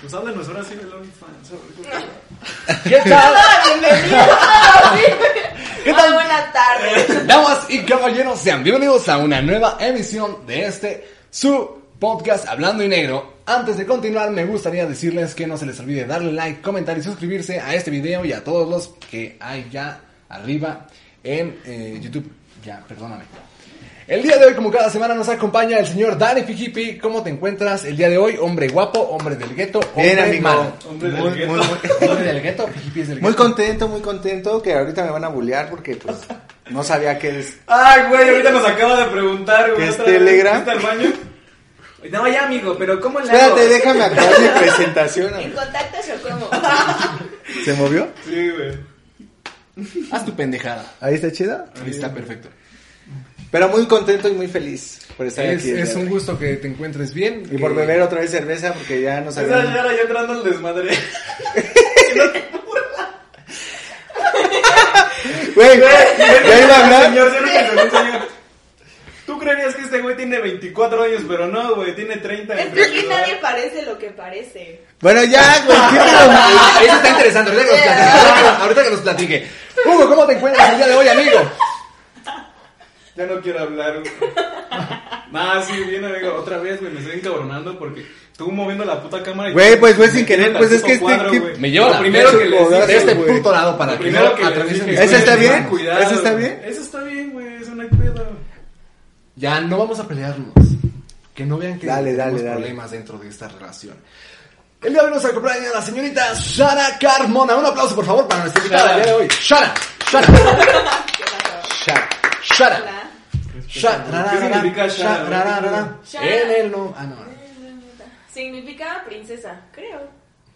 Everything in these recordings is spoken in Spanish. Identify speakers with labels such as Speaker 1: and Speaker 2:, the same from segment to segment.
Speaker 1: Pues háblanos ahora sí del OnlyFans. a ver, ¿qué tal?
Speaker 2: ¿Qué tal?
Speaker 3: Bienvenidos.
Speaker 2: ¿Qué tal? Eh,
Speaker 3: Muy buenas tardes.
Speaker 2: Damas y caballeros, sean bienvenidos a una nueva emisión de este su podcast Hablando y Negro. Antes de continuar, me gustaría decirles que no se les olvide darle like, comentar y suscribirse a este video y a todos los que hay ya arriba en eh, YouTube. Ya, perdóname. El día de hoy, como cada semana, nos acompaña el señor Dani Fijipi. ¿Cómo te encuentras el día de hoy? Hombre guapo, hombre del gueto, hombre
Speaker 4: Bien, amigo.
Speaker 2: malo.
Speaker 1: Hombre del
Speaker 4: muy,
Speaker 1: gueto.
Speaker 4: muy, muy-
Speaker 2: Hombre del gueto, Fijipi es del
Speaker 4: muy
Speaker 2: gueto.
Speaker 4: contento, muy contento que ahorita me van a bullear porque pues no sabía que es.
Speaker 1: Ay, güey, ahorita nos acaba de preguntar, güey.
Speaker 4: ¿Qué es
Speaker 1: otra vez,
Speaker 4: Telegram?
Speaker 1: ¿Está el baño?
Speaker 5: No, ya, amigo, pero ¿cómo le hago?
Speaker 4: Espérate, déjame acabar mi presentación.
Speaker 3: ¿En
Speaker 4: amigo.
Speaker 3: contacto o cómo?
Speaker 4: ¿Se movió?
Speaker 1: Sí, güey.
Speaker 2: Haz tu pendejada.
Speaker 4: Ahí está chida.
Speaker 2: Ahí está perfecto.
Speaker 4: Pero muy contento y muy feliz por estar
Speaker 2: Es,
Speaker 4: aquí. el
Speaker 2: es
Speaker 4: día de
Speaker 2: un
Speaker 4: hoy.
Speaker 2: gusto que te encuentres bien. Eh,
Speaker 4: Y por
Speaker 2: que-
Speaker 4: beber otra vez cerveza porque ya no
Speaker 1: Esa ya
Speaker 4: sabía.
Speaker 1: era yo entrando al desmadre.
Speaker 4: Güey, ya iba a hablar.
Speaker 1: Señor, señor, señor, señor. Tú creerías que este güey tiene 24 años, pero no, güey, tiene 30.
Speaker 3: Es que aquí nadie parece lo que parece.
Speaker 4: Bueno, ya, güey. ¿qué pedo?
Speaker 2: Eso está interesante, ahorita que nos platique. ahorita que nos- Ahorita que nos platique. Hugo, ¿cómo te encuentras el día de hoy, amigo?
Speaker 1: Ya no quiero hablar, güey. Nah, sí, bien, amigo. Otra vez, güey, me estoy encabronando porque tú moviendo la puta cámara. y-
Speaker 4: Güey, pues, güey, sin querer,
Speaker 1: Metiendo
Speaker 4: pues,
Speaker 1: al
Speaker 4: es
Speaker 1: puto
Speaker 4: que este-
Speaker 1: cuadro,
Speaker 4: que-
Speaker 1: güey.
Speaker 2: Me llevo
Speaker 1: Lo
Speaker 2: la
Speaker 1: primero
Speaker 2: pecho,
Speaker 1: que les
Speaker 4: joder,
Speaker 2: De
Speaker 1: dije,
Speaker 2: este
Speaker 1: güey.
Speaker 4: güey.
Speaker 2: puto lado para
Speaker 1: Lo
Speaker 2: que
Speaker 1: primero que les
Speaker 2: no atraviesen
Speaker 1: dije,
Speaker 2: mis
Speaker 1: güey,
Speaker 4: ¿Ese está
Speaker 2: cosas.
Speaker 4: bien?
Speaker 1: cuidado,
Speaker 4: ¿Ese está
Speaker 1: güey.
Speaker 4: bien?
Speaker 1: Ese está bien, güey, eso no hay pedo.
Speaker 2: Ya no vamos a pelearnos. Que no vean que
Speaker 4: Dale, dale,
Speaker 2: tenemos
Speaker 4: dale.
Speaker 2: problemas dentro de esta relación. El día de hoy nos acompaña la señorita Sara Carmona. Un aplauso, por favor, para nuestra invitada
Speaker 1: Sara.
Speaker 2: del día de hoy. Sara, Sara,
Speaker 3: ¿Qué pasó?
Speaker 4: Chat.
Speaker 2: Sara.
Speaker 3: Hola.
Speaker 2: Sara,
Speaker 1: ¿Qué significa Sara?
Speaker 2: En el no. Ah, no.
Speaker 3: Significa princesa, creo.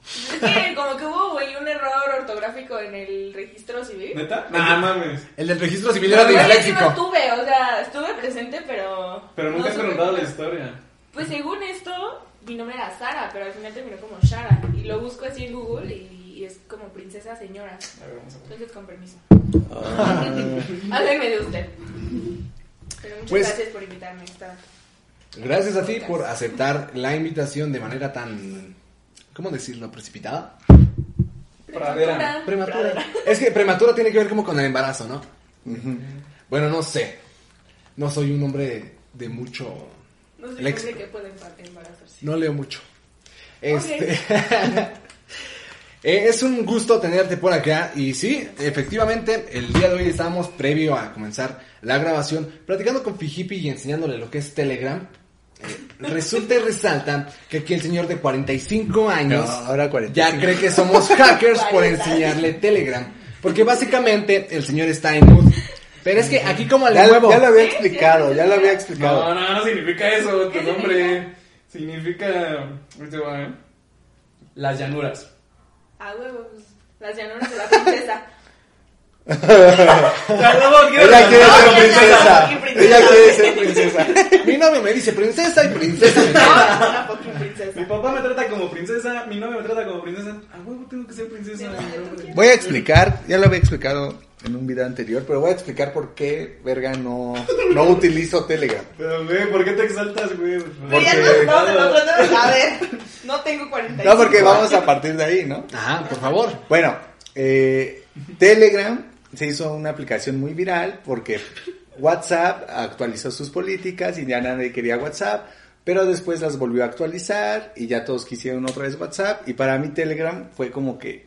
Speaker 3: Es que como que hubo güey, un error ortográfico en el registro civil.
Speaker 1: ¿Neta? Nah, mames.
Speaker 2: El del registro civil era
Speaker 3: Güey, es que no
Speaker 2: disléxico.
Speaker 3: estuve, o sea, estuve presente, pero.
Speaker 1: Pero nunca
Speaker 3: no
Speaker 1: has
Speaker 3: supe
Speaker 1: preguntado la
Speaker 3: cómo.
Speaker 1: historia.
Speaker 3: Pues según esto, mi nombre era Sara, pero al final terminó como Shara. Y lo busco así en Google y, y es como princesa señora.
Speaker 1: A ver, vamos a ver.
Speaker 3: Entonces, con permiso. Háblenme de usted. Pero muchas
Speaker 2: Pues-
Speaker 3: gracias por invitarme. Está.
Speaker 2: Gracias a ti por aceptar la invitación de manera tan, ¿cómo decirlo? Precipitada.
Speaker 1: Pradera.
Speaker 2: Prematura. Es que prematura tiene que ver como con el embarazo, ¿no? Bueno, no sé. No soy un hombre de mucho...
Speaker 3: No sé
Speaker 2: Lex.
Speaker 3: hombre que puede embar- embarazarse.
Speaker 2: No leo mucho. Este... Eh, es un gusto tenerte por acá y sí, efectivamente, el día de hoy estábamos previo a comenzar la grabación platicando con Fijipi y enseñándole lo que es Telegram. Eh, resulta y resalta que aquí el señor de 45 años
Speaker 4: No, ahora 45.
Speaker 2: ya cree que somos hackers por enseñarle Telegram. Porque básicamente el señor está en mood. Pero es que aquí como le
Speaker 4: Ya,
Speaker 2: huevo...
Speaker 4: ya lo había
Speaker 3: Sí,
Speaker 4: explicado,
Speaker 3: sí,
Speaker 4: ya
Speaker 3: sí.
Speaker 4: lo había
Speaker 1: No,
Speaker 4: explicado.
Speaker 1: no, no significa eso, tu
Speaker 3: ¿Qué
Speaker 1: nombre. Significa. ahí te va, ¿eh? Las llanuras.
Speaker 3: Ah, huevos. Las llanuras de la princesa.
Speaker 4: Ella quiere ser
Speaker 3: No,
Speaker 4: princesa.
Speaker 3: no, no, no,
Speaker 4: Ella quiere ser princesa.
Speaker 2: Mi novio me dice princesa y princesa. me
Speaker 3: No,
Speaker 2: dice-
Speaker 3: es una fucking
Speaker 1: Mi
Speaker 3: princesa.
Speaker 1: papá me trata como princesa, mi novia me trata como princesa. A huevo tengo que ser princesa.
Speaker 3: Sí, no,
Speaker 1: mi
Speaker 3: yo
Speaker 1: nombre.
Speaker 3: también.
Speaker 4: Voy a explicar, ya lo había explicado en un video anterior, pero voy a explicar por qué, verga, no, no utilizo Telegram.
Speaker 1: Pero, güey, ¿por qué te exaltas, güey?
Speaker 3: Pero ya nos vamos encontrando. A ver, no tengo 45.
Speaker 4: No, porque vamos a partir de ahí, ¿no?
Speaker 2: Ajá, por favor.
Speaker 4: Bueno, eh, Telegram se hizo una aplicación muy viral porque WhatsApp actualizó sus políticas y ya nadie quería WhatsApp, pero después las volvió a actualizar y ya todos quisieron otra vez WhatsApp y para mí Telegram fue como que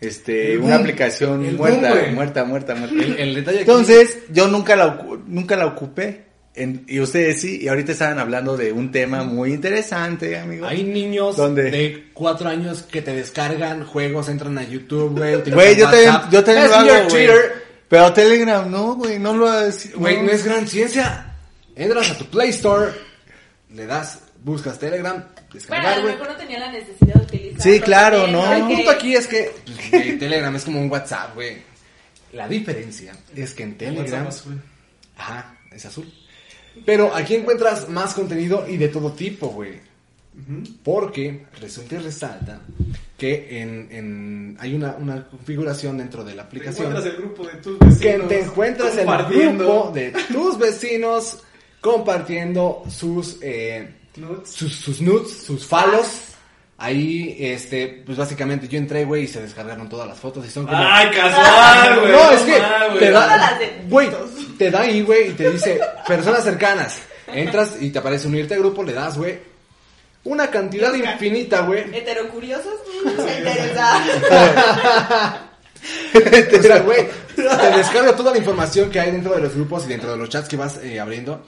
Speaker 4: este
Speaker 2: El
Speaker 4: una
Speaker 2: boom.
Speaker 4: aplicación
Speaker 2: El boom,
Speaker 4: muerta,
Speaker 2: güey.
Speaker 4: muerta, muerta, muerta.
Speaker 2: El, el detalle aquí-
Speaker 4: Entonces, yo nunca la, ocu- nunca la ocupé. en- y ustedes sí, y ahorita estaban hablando de un tema
Speaker 1: Mm.
Speaker 4: muy interesante, amigo.
Speaker 2: Hay niños
Speaker 4: ¿Dónde?
Speaker 2: de cuatro años que te descargan juegos, entran a YouTube, güey. utilizan
Speaker 4: Güey, yo también,
Speaker 2: WhatsApp,
Speaker 4: yo también lo hago,
Speaker 2: Messenger,
Speaker 4: güey.
Speaker 2: Twitter.
Speaker 4: Pero Telegram no, güey, no lo has...
Speaker 2: Güey, no es gran ciencia. Entras a tu Play Store, le das, buscas Telegram,
Speaker 3: Bueno, a
Speaker 4: descargar,
Speaker 3: lo
Speaker 4: güey.
Speaker 3: mejor no tenía la necesidad de utilizar.
Speaker 4: Sí, claro, ¿no?
Speaker 2: El
Speaker 4: Ok.
Speaker 2: punto aquí es que pues, güey, Telegram es como un WhatsApp, güey. La diferencia es que en Telegram... Ajá, es azul. Pero aquí encuentras más contenido y de todo tipo, güey. Porque resulta y resalta que en, en- hay una, una configuración dentro de la
Speaker 1: Te
Speaker 2: aplicación
Speaker 1: encuentras el grupo de tus vecinos.
Speaker 2: que te encuentras el
Speaker 1: compartiendo
Speaker 2: grupo de tus vecinos compartiendo sus eh,
Speaker 1: nudes.
Speaker 2: sus, sus nudes, sus falos. Ahí, este, pues básicamente yo entré, güey, y se descargaron todas las fotos y son como...
Speaker 1: Ay, casual, güey.
Speaker 2: no, es que
Speaker 1: mal, güey.
Speaker 2: te
Speaker 3: Todas
Speaker 2: da,
Speaker 3: las de
Speaker 2: güey, te da ahí, güey, y te dice personas cercanas. Entras y te aparece unirte al grupo, le das, güey, una cantidad infinita, güey.
Speaker 3: ¿Heterocuriosos? Mm, Me interesa.
Speaker 2: O sea, güey, te descarga toda la información que hay dentro de los grupos y dentro de los chats que vas eh, abriendo.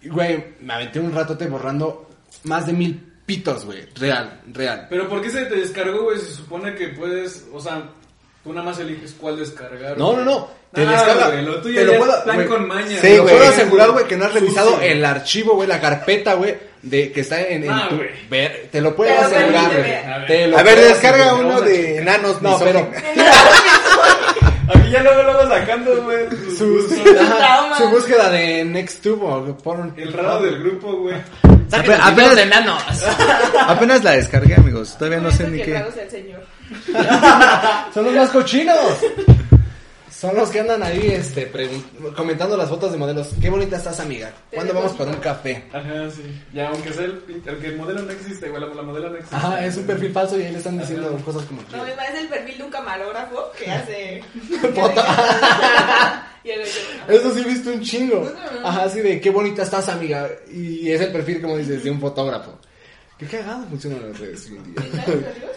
Speaker 2: Y, güey, me aventé un ratote borrando más de mil pitos, güey. Real, real.
Speaker 1: Pero ¿por qué se te descargó, güey? Se supone que puedes, o sea, tú nada más eliges cuál descargar.
Speaker 2: No,
Speaker 1: güey.
Speaker 2: no, no. Te
Speaker 1: Nada,
Speaker 2: descarga.
Speaker 1: Ah, güey, lo tuyo
Speaker 2: Te lo
Speaker 1: ya
Speaker 2: puedo-
Speaker 1: es plan
Speaker 2: güey.
Speaker 1: con maña.
Speaker 4: Sí,
Speaker 2: Te lo
Speaker 4: güey.
Speaker 2: puedo asegurar, güey, que no has revisado
Speaker 1: Sucio.
Speaker 2: el archivo, güey, la carpeta, güey, de que está en, en
Speaker 1: Ah,
Speaker 2: tu-
Speaker 1: güey.
Speaker 2: ver- te lo puedo
Speaker 3: Pero
Speaker 2: asegurar,
Speaker 3: permíteme.
Speaker 2: güey.
Speaker 1: A ver.
Speaker 2: Te lo
Speaker 4: A ver,
Speaker 2: puedo
Speaker 4: descarga
Speaker 2: asegurar.
Speaker 4: uno de enanos
Speaker 2: No, pero
Speaker 4: misóginos.
Speaker 1: Aquí ya luego lo vas sacando, güey. tus
Speaker 2: su,
Speaker 1: gustos.
Speaker 2: ajá,
Speaker 3: Trauma.
Speaker 2: su búsqueda de Next Tube o porn.
Speaker 1: El raro del grupo, güey.
Speaker 4: Apenas, apenas la descargué, amigos. Todavía no sé
Speaker 3: Momento
Speaker 4: ni
Speaker 3: que
Speaker 4: qué.
Speaker 3: raro sea el señor.
Speaker 2: Son los más cochinos. Son los que andan ahí este pregun- comentando las fotos de modelos. Qué bonita estás, amiga. ¿Cuándo vamos para un café?
Speaker 1: Ajá, sí. Ya, aunque sea el, pin- aunque el modelo no existe, güey, la, la modelo no existe.
Speaker 2: Ajá, Ah, es un perfil falso y ahí le están diciendo cosas como
Speaker 3: No, me parece el perfil de un camarógrafo que hace.
Speaker 2: Foto.
Speaker 3: y el otro, no.
Speaker 2: Eso sí he visto un chingo. Ajá, así de qué bonita estás, amiga. Y es el perfil, como dices, de un fotógrafo. Qué cagado funcionan las redes hoy en día.
Speaker 3: ¿Sabes, amigos?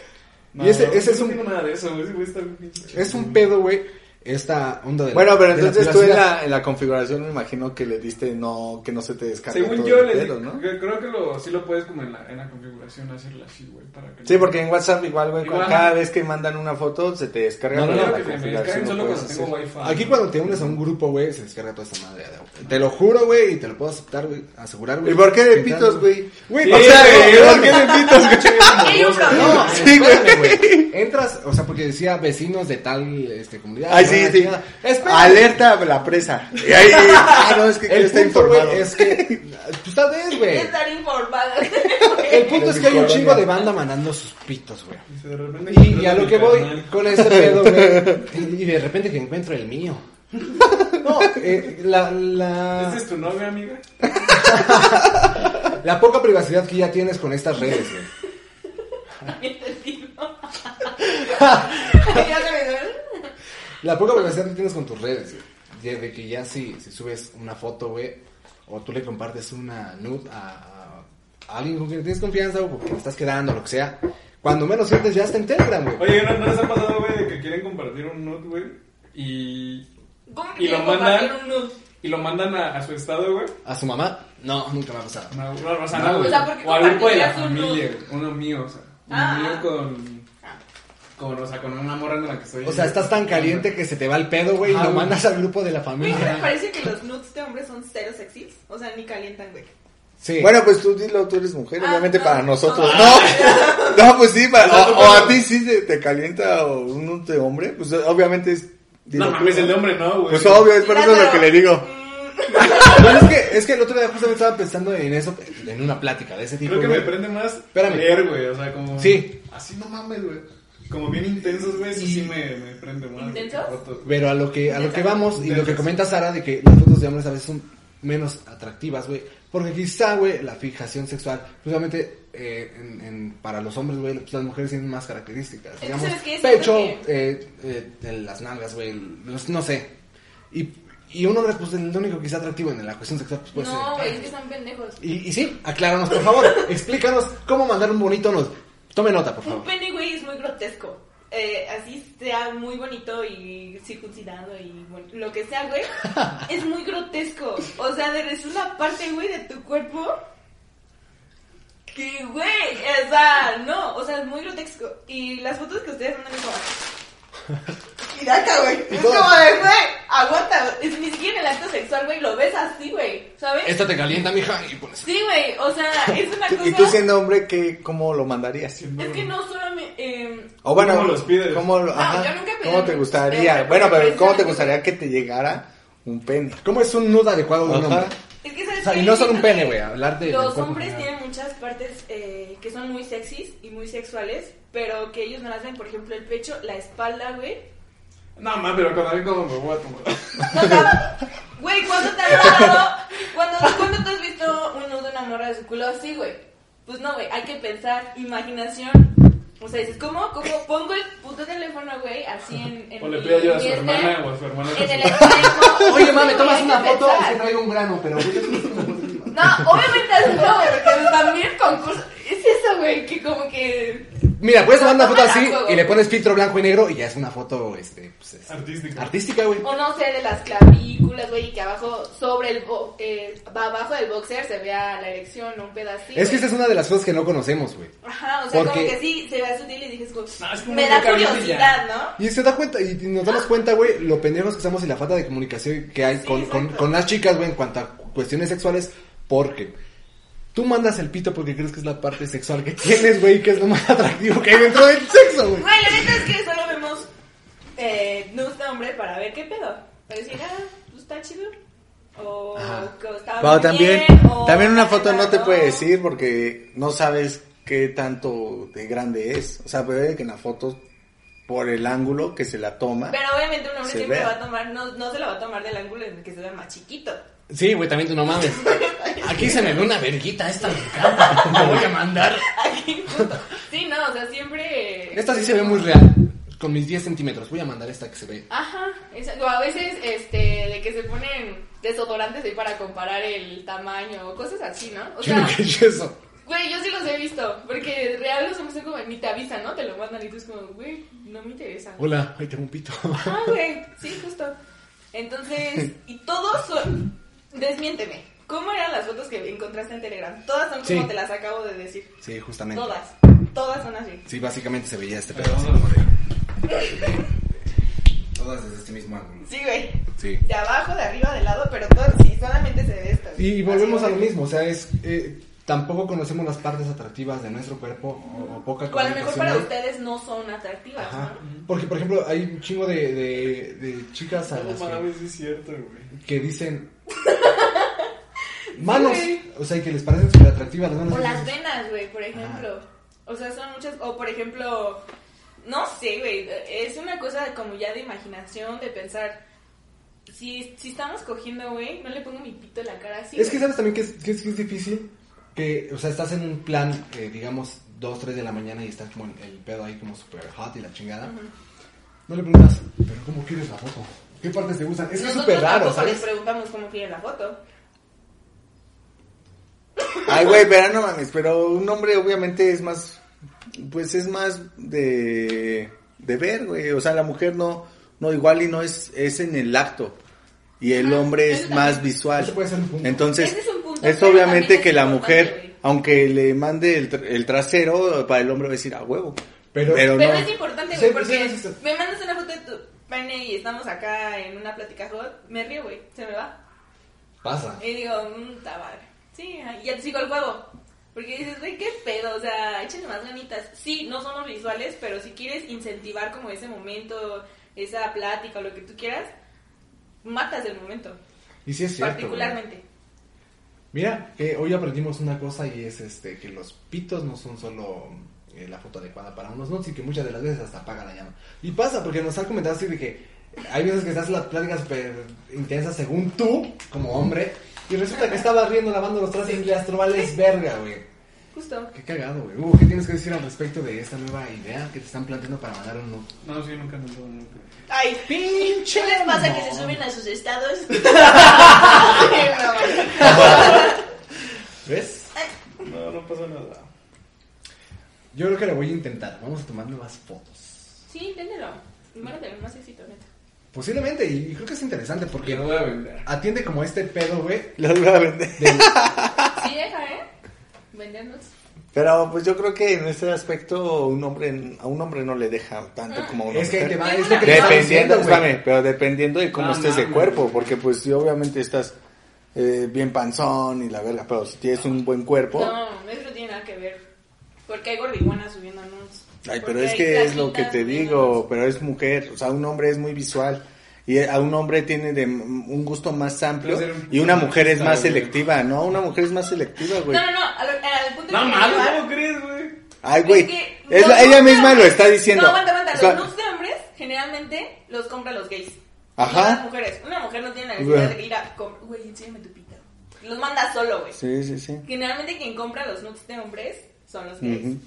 Speaker 2: Y ese- ese es
Speaker 1: no
Speaker 2: un-
Speaker 1: tengo nada de eso, güey. ese güey está bien pinche.
Speaker 2: Es un pedo, güey, esta onda de.
Speaker 4: Bueno, pero
Speaker 2: de la
Speaker 4: entonces tú en
Speaker 2: privacidad.
Speaker 4: la, en la configuración me imagino que le diste no, que no se te descargue
Speaker 1: Según
Speaker 4: todo
Speaker 1: yo,
Speaker 4: el
Speaker 1: les
Speaker 4: pedo,
Speaker 1: digo,
Speaker 4: ¿no?
Speaker 1: que- creo que lo, sí lo puedes como en la, en la configuración hacerla así, güey, para que
Speaker 4: Sí, porque en WhatsApp igual, güey, con
Speaker 1: Igual.
Speaker 4: cada vez que mandan una foto se te descarga
Speaker 2: No, no,
Speaker 1: No,
Speaker 2: no,
Speaker 4: pero la
Speaker 1: que me
Speaker 4: configuración
Speaker 1: descarguen
Speaker 4: no
Speaker 1: solo
Speaker 4: puedes
Speaker 1: cuando tengo
Speaker 4: hacer.
Speaker 1: wifi.
Speaker 2: Aquí cuando te unes a un grupo, güey, se descarga toda esta madre. de- Te lo juro, güey, y te lo puedo aceptar, güey, asegurar, güey.
Speaker 4: ¿Y por qué de
Speaker 2: Mientras-
Speaker 4: pitos, güey?
Speaker 2: Güey,
Speaker 4: o
Speaker 2: sí,
Speaker 4: sea,
Speaker 2: güey,
Speaker 4: ¿por
Speaker 2: no,
Speaker 4: qué de pitos, güey?
Speaker 3: Hay un cabrón.
Speaker 2: No,
Speaker 4: Sí, güey.
Speaker 2: espérame, güey. Entras, o sea, porque decía vecinos de tal este, comunidad.
Speaker 4: Ay,
Speaker 2: ¿no?
Speaker 4: sí,
Speaker 2: La
Speaker 4: sí.
Speaker 2: chingada. Espérame.
Speaker 4: Alerta a la presa. Y ahí, ah, no, es que quiero
Speaker 2: El
Speaker 4: estar
Speaker 2: punto,
Speaker 4: informado.
Speaker 2: güey, es que. Pues tal vez,
Speaker 4: Eh.
Speaker 2: güey.
Speaker 3: Estar informada.
Speaker 2: El punto es que hay un
Speaker 4: Colonia.
Speaker 2: chingo de banda mandando sus pitos, güey.
Speaker 1: Y, de repente
Speaker 2: Y,
Speaker 1: encontré
Speaker 2: y a lo
Speaker 1: mi
Speaker 2: que voy
Speaker 1: carnal.
Speaker 2: con este pedo, güey. Y de repente que encuentro el mío. No, eh, la,
Speaker 1: ¿Esta
Speaker 2: la,
Speaker 1: Este es tu novia, amiga?
Speaker 2: la poca privacidad que ya tienes con estas redes, güey.
Speaker 3: Bien entendido. Ya se me-
Speaker 2: La poca privacidad que tienes con tus redes, güey. Ya De que ya si, si subes una foto, güey, o tú le compartes una nude a, a alguien con quien tienes confianza o con quien estás quedando, lo que sea, cuando menos sientes ya está en Telegram, güey.
Speaker 1: Oye, ¿no, no les ha pasado, güey, de que quieren compartir un nude, güey? Y,
Speaker 3: ¿Cómo que
Speaker 1: Y lo
Speaker 3: quieren compartir
Speaker 1: mandan-
Speaker 3: un nude?
Speaker 1: y lo mandan a, a su estado, güey.
Speaker 2: ¿A su mamá? No, nunca me ha pasado.
Speaker 1: No, no, o sea,
Speaker 2: No,
Speaker 1: no,
Speaker 2: o
Speaker 1: güey.
Speaker 3: sea, porque
Speaker 1: O al grupo de la
Speaker 3: compartirías un
Speaker 1: familia, güey. Uno mío, o sea. Uno
Speaker 3: Ah.
Speaker 1: mío con... Con, o sea, con una morra en la que estoy.
Speaker 2: O sea, estás tan caliente que se te va el pedo, güey, y
Speaker 1: Ah,
Speaker 2: lo
Speaker 1: güey.
Speaker 2: mandas al grupo de la
Speaker 3: Güey, ¿no te
Speaker 2: familia.
Speaker 3: parece que los nudes de hombres son cero sexys? O sea, ni calientan, güey.
Speaker 2: Sí.
Speaker 4: Bueno, pues tú dilo, tú eres mujer,
Speaker 3: Ah,
Speaker 4: obviamente
Speaker 3: no. Ah.
Speaker 4: para nosotros. No, no, pues sí, para- o, o a ti sí te, te calienta o un nude de hombre, pues obviamente es... dilo
Speaker 1: No
Speaker 4: tú,
Speaker 1: mames,
Speaker 4: ¿no?
Speaker 1: el de hombre no, güey.
Speaker 4: Pues obvio, es por eso lo que le digo.
Speaker 3: mm,
Speaker 2: Pero es que, es que el otro día justamente estaba pensando en eso, en una plática de ese tipo.
Speaker 1: Creo que
Speaker 2: güey.
Speaker 1: me prende más
Speaker 2: Espérame.
Speaker 1: leer, güey. O sea, como.
Speaker 2: Sí.
Speaker 1: Así no mames, güey. Como bien intensos, güey. Eso sí me, me prende más. güey,
Speaker 3: ¿Intensos?
Speaker 1: fotos, güey.
Speaker 2: Pero a lo que, a lo que vamos y lo que
Speaker 1: Entonces-
Speaker 2: comenta Sara de que las fotos de hombres a veces son menos atractivas, güey. Porque quizá, güey, la fijación sexual, justamente eh, en- en- para los hombres, güey, pues, las mujeres tienen más características.
Speaker 3: que
Speaker 2: Digamos,
Speaker 3: ¿sabes qué? Siento
Speaker 2: pecho,
Speaker 3: que-
Speaker 2: eh, eh, de las nalgas, güey, los- no sé. Y, y un hombre, pues, el único que está atractivo en la cuestión sexual, pues, puede ser.
Speaker 3: No, güey, es que son pendejos.
Speaker 2: Y, y sí, acláranos, por favor, explícanos cómo mandar un bonito nos. Tome nota, por
Speaker 3: Un
Speaker 2: favor.
Speaker 3: pene, güey, es muy grotesco. Eh, así sea muy bonito y circuncidado y bueno, lo que sea, güey. es muy grotesco. O sea, de- es una parte, güey, de tu cuerpo que, güey, o sea, no, o sea, es muy grotesco. Y las fotos que ustedes mandan es como... piraca, güey. Es
Speaker 2: todo-
Speaker 3: como de, güey, aguanta. Es ni siquiera el acto sexual, güey, lo ves así, güey, ¿sabes?
Speaker 2: Esta te calienta, mija, y pues- pones.
Speaker 3: Sí, güey, o sea, es una cosa...
Speaker 4: Y tú siendo hombre, ¿qué, ¿cómo lo mandarías?
Speaker 3: Es que no solamente... Eh,
Speaker 4: O bueno,
Speaker 1: ¿Cómo los pides?
Speaker 4: ¿cómo, lo-
Speaker 3: No,
Speaker 4: ajá,
Speaker 3: yo nunca pedí
Speaker 4: ¿cómo
Speaker 3: un-
Speaker 4: te gustaría?
Speaker 3: pero-
Speaker 4: bueno, pero
Speaker 3: pero
Speaker 4: ¿cómo te
Speaker 3: precisamente-
Speaker 4: gustaría que te llegara un pene?
Speaker 2: ¿Cómo es un nudo adecuado de un
Speaker 4: Ajá.
Speaker 2: hombre?
Speaker 3: es que, ¿sabes
Speaker 2: O sea,
Speaker 3: qué?
Speaker 2: y no solo un
Speaker 3: Siento
Speaker 2: pene,
Speaker 3: que
Speaker 2: güey, hablar de- del
Speaker 3: Los
Speaker 2: cuerpo
Speaker 3: hombres
Speaker 2: en general.
Speaker 3: tienen muchas partes eh, que son muy sexys y muy sexuales, pero que ellos no las ven, por ejemplo, el pecho, la espalda, güey.
Speaker 1: No, mames, pero cuando a mí como me voy a tomar.
Speaker 3: No, no. Güey, ¿cuándo te has dado? ¿Cuándo, cuándo te has visto un nudo de una morra de su culo así, güey? Pues no, güey, hay que pensar, imaginación. O sea, dices, ¿cómo, cómo pongo el puto teléfono, güey, así en, en
Speaker 1: O le
Speaker 3: mi
Speaker 1: pido ayuda a su
Speaker 3: diente,
Speaker 1: hermana o a su hermana.
Speaker 3: En el espejo.
Speaker 2: Oye, mami, tomas
Speaker 3: Hay
Speaker 2: una
Speaker 3: que
Speaker 2: foto
Speaker 3: pensar.
Speaker 2: y traigo un grano, pero.
Speaker 3: No, obviamente así no, güey, porque también el concurso. Es eso, güey, que como que.
Speaker 2: Mira, puedes tomar una foto
Speaker 3: Tómala,
Speaker 2: así
Speaker 3: huevo.
Speaker 2: y le pones filtro blanco y negro y ya es una foto, este, pues, es-
Speaker 1: Artística.
Speaker 2: Artística, güey.
Speaker 3: O no sé, de las clavículas, güey, y que abajo, sobre el. bo- eh, abajo del boxer se vea la erección, un pedacito.
Speaker 2: Es que esa es una de las cosas que no conocemos, güey.
Speaker 3: Ajá, o sea,
Speaker 2: Porque-
Speaker 3: como que sí, se ve sutil y dices, como,
Speaker 1: No, es como
Speaker 3: me
Speaker 1: un
Speaker 3: da
Speaker 1: cabello y
Speaker 3: curiosidad, ¿no?
Speaker 2: Y se da cuenta, y nos damos cuenta, güey, lo pendejos que estamos y la falta de comunicación que hay
Speaker 3: Sí,
Speaker 2: con, con-
Speaker 3: exacto.
Speaker 2: con las chicas, güey, en cuanto a cuestiones sexuales, porque tú mandas el pito porque crees que es la parte sexual que tienes, güey, que es lo más atractivo que hay dentro del sexo, güey.
Speaker 3: Güey, la neta es que solo vemos eh, nudes de hombre para ver qué pedo. Para decir, ah, pues está chido. O
Speaker 2: Ajá.
Speaker 3: que estaba
Speaker 4: Bueno,
Speaker 3: muy
Speaker 4: también,
Speaker 3: bien, o
Speaker 4: también una
Speaker 3: la
Speaker 4: foto
Speaker 3: neta
Speaker 4: no te puede decir porque no sabes qué tanto de grande es. O sea, puede que en la foto, por el ángulo que se la toma.
Speaker 3: Pero obviamente un hombre
Speaker 4: Se
Speaker 3: siempre
Speaker 4: vea.
Speaker 3: va a tomar, no, no se la va a tomar del ángulo en el que se vea más chiquito.
Speaker 2: Sí, güey, también tú no mames. Aquí se me ve una verguita, esta me encanta, me voy a mandar.
Speaker 3: Aquí, justo. sí, no, o sea, siempre.
Speaker 2: Esta sí se ve muy real, con mis 10 centímetros, voy a mandar esta que se ve.
Speaker 3: Ajá, esa- o a veces este, de que se ponen desodorantes ahí para comparar el tamaño o cosas así, ¿no? O
Speaker 2: Yo
Speaker 3: sea,
Speaker 2: nunca he hecho eso.
Speaker 3: güey, yo sí los he visto, porque real los hombres son como, ni te avisan, ¿no? Te lo mandan y tú es como, güey, no me interesa.
Speaker 2: Hola, ahí tengo un pito.
Speaker 3: Ah, güey, sí, justo. Entonces, y todos son, desmiénteme, ¿cómo eran las fotos que encontraste en Telegram? Todas son como
Speaker 2: Sí.
Speaker 3: te las acabo de decir,
Speaker 2: Sí, justamente.
Speaker 3: todas, todas son así.
Speaker 2: Sí, básicamente se veía este
Speaker 1: Pero
Speaker 2: pedazo.
Speaker 1: vamos a-
Speaker 2: Todas desde este mismo ángulo.
Speaker 3: Sí, güey.
Speaker 2: Sí.
Speaker 3: De abajo, de arriba, de lado, pero todas, sí, solamente se ve esto.
Speaker 2: Y volvemos
Speaker 3: Así,
Speaker 2: a lo
Speaker 3: güey.
Speaker 2: mismo, o sea, es eh, tampoco conocemos las partes atractivas de nuestro cuerpo o, o poca
Speaker 3: O Pues a lo mejor
Speaker 2: comunicación
Speaker 3: para
Speaker 2: hay.
Speaker 3: ustedes no son atractivas,
Speaker 2: Ajá.
Speaker 3: ¿no?
Speaker 2: Porque, por ejemplo, hay un chingo de, de, de chicas a las
Speaker 1: No
Speaker 2: que,
Speaker 1: mames, sí es cierto, güey.
Speaker 2: que dicen manos,
Speaker 3: Sí.
Speaker 2: o sea, y que les parecen súper atractivas las manos.
Speaker 3: O las
Speaker 2: Y dices,
Speaker 3: venas, güey, por ejemplo. O sea, son muchas. O por ejemplo, no sé, güey. Es una cosa de- como ya de imaginación, de pensar. Si, si estamos cogiendo, güey, no le pongo mi pito en la cara así.
Speaker 2: Es que
Speaker 3: güey.
Speaker 2: sabes también que es, que es, que es difícil que, o sea, estás en un plan, eh, digamos, 2, 3 de la mañana y estás como el, el pedo ahí como súper hot y la chingada. No le preguntas, pero ¿cómo quieres la foto? ¿Qué partes te gustan? Es que es
Speaker 3: Nosotros
Speaker 2: súper raro,
Speaker 3: tampoco
Speaker 2: ¿sabes?
Speaker 3: les preguntamos cómo quieren la foto.
Speaker 4: Ay, güey, pero no mames, pero un hombre obviamente es más, pues es más de, de ver, güey. O sea, la mujer no, no igual y no es, es en el acto. Y el
Speaker 3: Ajá,
Speaker 4: hombre es
Speaker 3: Ah, eso
Speaker 4: más
Speaker 3: también.
Speaker 4: visual.
Speaker 2: Eso puede ser un punto.
Speaker 4: Entonces,
Speaker 3: Ese es un punto,
Speaker 4: es
Speaker 3: pero
Speaker 4: obviamente
Speaker 3: también
Speaker 4: que
Speaker 3: es
Speaker 4: la
Speaker 3: importante,
Speaker 4: mujer,
Speaker 3: güey.
Speaker 4: aunque le mande el, tr- el trasero, para el hombre va a decir a huevo.
Speaker 2: Pero-
Speaker 4: Pero,
Speaker 3: Pero
Speaker 4: no.
Speaker 3: es importante,
Speaker 2: Sí,
Speaker 3: güey,
Speaker 2: pues,
Speaker 3: porque
Speaker 2: sí, sí, sí.
Speaker 3: me mandas una foto de tu pene y estamos acá en una plática hot. Me río, güey, se me va.
Speaker 2: Pasa.
Speaker 3: Y digo, mmm, tabar. Sí, ajá, y ya te sigo el huevo. Porque dices, güey, qué pedo, o sea, échenle más ganitas. Sí, no somos visuales, pero si quieres incentivar como ese momento, esa plática o lo que tú quieras, matas el momento.
Speaker 2: Y sí es cierto. güey.
Speaker 3: particularmente.
Speaker 2: Mira, que hoy aprendimos una cosa y es este que los pitos no son solo eh, la foto adecuada para unos notes y que muchas de las veces hasta apaga la llama. Y pasa, porque nos han comentado así de que hay veces que estás en las pláticas súper intensas según tú, como hombre, y resulta que estaba riendo, lavando los trastes y las trovales verga, güey.
Speaker 3: Justo.
Speaker 2: Qué cagado, güey. Hugo, ¿qué tienes que decir al respecto de esta nueva idea que te están planteando para mandar un no?
Speaker 1: No, sí, nunca me lo nunca.
Speaker 3: Ay,
Speaker 2: ¡Pinche!
Speaker 3: ¿qué les pasa que se suben a sus estados? Sí, no.
Speaker 2: ¿Ves?
Speaker 1: No, no pasa nada.
Speaker 2: Yo creo que lo voy a intentar. Vamos a tomar nuevas fotos.
Speaker 3: Sí, inténtelo. Y van a tener más éxito, neta.
Speaker 2: Posiblemente, y creo que es interesante porque...
Speaker 1: Porque no voy a vender.
Speaker 2: atiende como este pedo, güey.
Speaker 4: Las voy a vender.
Speaker 3: Sí, deja, ¿eh? Vendernos.
Speaker 4: Pero pues yo creo que en ese aspecto un hombre, a un hombre no le deja
Speaker 3: Ah.
Speaker 4: tanto como a una
Speaker 2: Es que ahí te
Speaker 4: mujer.
Speaker 2: va, es lo que te estaba
Speaker 4: Dependiendo,
Speaker 2: diciendo, güey.
Speaker 4: espérame, pero dependiendo de cómo
Speaker 1: No
Speaker 4: estés de
Speaker 1: mames.
Speaker 4: cuerpo, porque pues sí, obviamente estás eh, bien panzón y la verga, pero si tienes un buen cuerpo,
Speaker 3: No, eso no tiene nada que ver. Porque hay gordibuanas subiendo nudes.
Speaker 4: Ay, pero
Speaker 3: Porque
Speaker 4: es
Speaker 3: hay
Speaker 4: que es lo que
Speaker 3: flaquitas
Speaker 4: te
Speaker 3: subiendo
Speaker 4: digo,
Speaker 3: nudes.
Speaker 4: pero es mujer, o sea, un hombre es muy visual y a un hombre tiene de m- un gusto más amplio
Speaker 1: Puede ser un-
Speaker 4: y una mujer es más
Speaker 1: Ah, güey.
Speaker 4: selectiva, ¿no? Una mujer es más selectiva, güey.
Speaker 3: No, no, no, al, al punto
Speaker 1: No
Speaker 3: que
Speaker 1: mames,
Speaker 3: iba-
Speaker 1: ¿cómo crees, güey?
Speaker 4: Ay, güey,
Speaker 3: Es que
Speaker 4: es
Speaker 3: los
Speaker 4: la- ella
Speaker 3: nudes-
Speaker 4: misma lo está diciendo.
Speaker 3: No, aguanta, aguanta.
Speaker 4: O sea,
Speaker 3: Los nudes de hombres generalmente los compran los gays.
Speaker 4: Ajá.
Speaker 3: No las mujeres. Una mujer no tiene la necesidad
Speaker 4: Güey.
Speaker 3: de ir a comprar. Güey, enséñame tu pita. Los manda solo, güey.
Speaker 4: sí, sí, sí.
Speaker 3: Generalmente quien compra los nudes de hombres son los gays.
Speaker 4: Ujú.